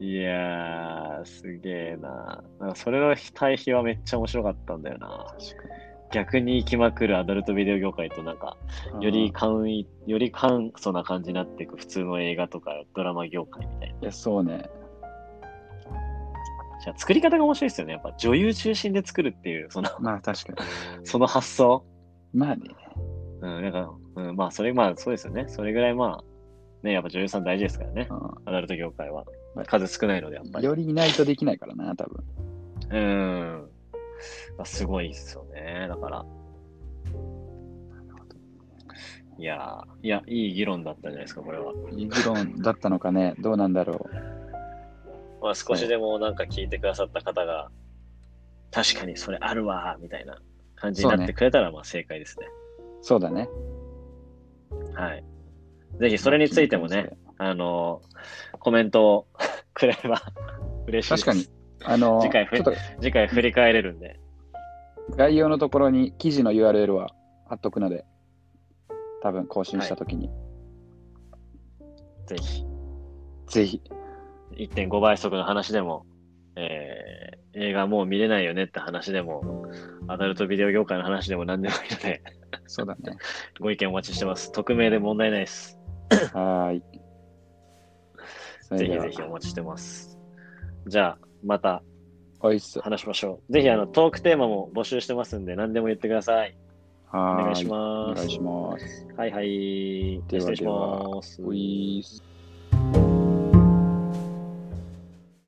S2: いやー、すげえな。なんかそれの対比はめっちゃ面白かったんだよな。逆に行きまくるアダルトビデオ業界となんか、より
S1: あ
S2: 簡易、より簡素な感じになっていく普通の映画とかドラマ業界みたいな。
S1: ー。いや、そうね。
S2: じゃあ作り方が面白いですよね。やっぱ女優中心で作るっていう、その、
S1: まあ、確かに。
S2: その発想。
S1: まあね。
S2: うん、なんか、うん、まあ、それ、まあ、そうですよね。それぐらいまあ、ね、やっぱ女優さん大事ですからね
S1: う。
S2: アダルト業界は
S1: は。い
S2: 数少ないので、やっぱ
S1: ん
S2: り。
S1: よりいないとできないからな、多分。
S2: うん。まあすごいっすよね。だから。いやー、いや、いい議論だったんじゃないですか、これは。
S1: 議論だったのかね、どうなんだろ
S2: まあ、少しでもなんか聞いてくださった方が、確かにそれあるわー、みたいな感じになってくれたら、まあ正解ですね。
S1: う。そうだね。
S2: はい。ぜひそれについてもね、。あのーコメントをくれれば 嬉しいで
S1: 確
S2: す。
S1: かに。あの、
S2: 次回
S1: ちょっと
S2: 次回振り返れるんで。
S1: 概要のところに記事の URL は貼っとくので、多分更新したときに、
S2: ぜひ、
S1: ぜひ。
S2: 1.5倍速の話でも、えー映画もう見れないよねって話でも、アダルトビデオ業界の話でも何でもいいので、
S1: そうだね。
S2: ご意見お待ちしてます。匿名で問題ないです。
S1: はーい。そ
S2: ぜ
S1: れで
S2: ひ
S1: は
S2: ぜひお待ちしてます。じゃあ、また
S1: おいっす。は
S2: 話しましょう。ぜひあのトークテーマも募集してますんで、何でも言ってください。お
S1: ー
S2: 願いし
S1: お
S2: ま
S1: 願い
S2: す。
S1: します。
S2: はいはい。
S1: では
S2: 失礼します。
S1: おいっす。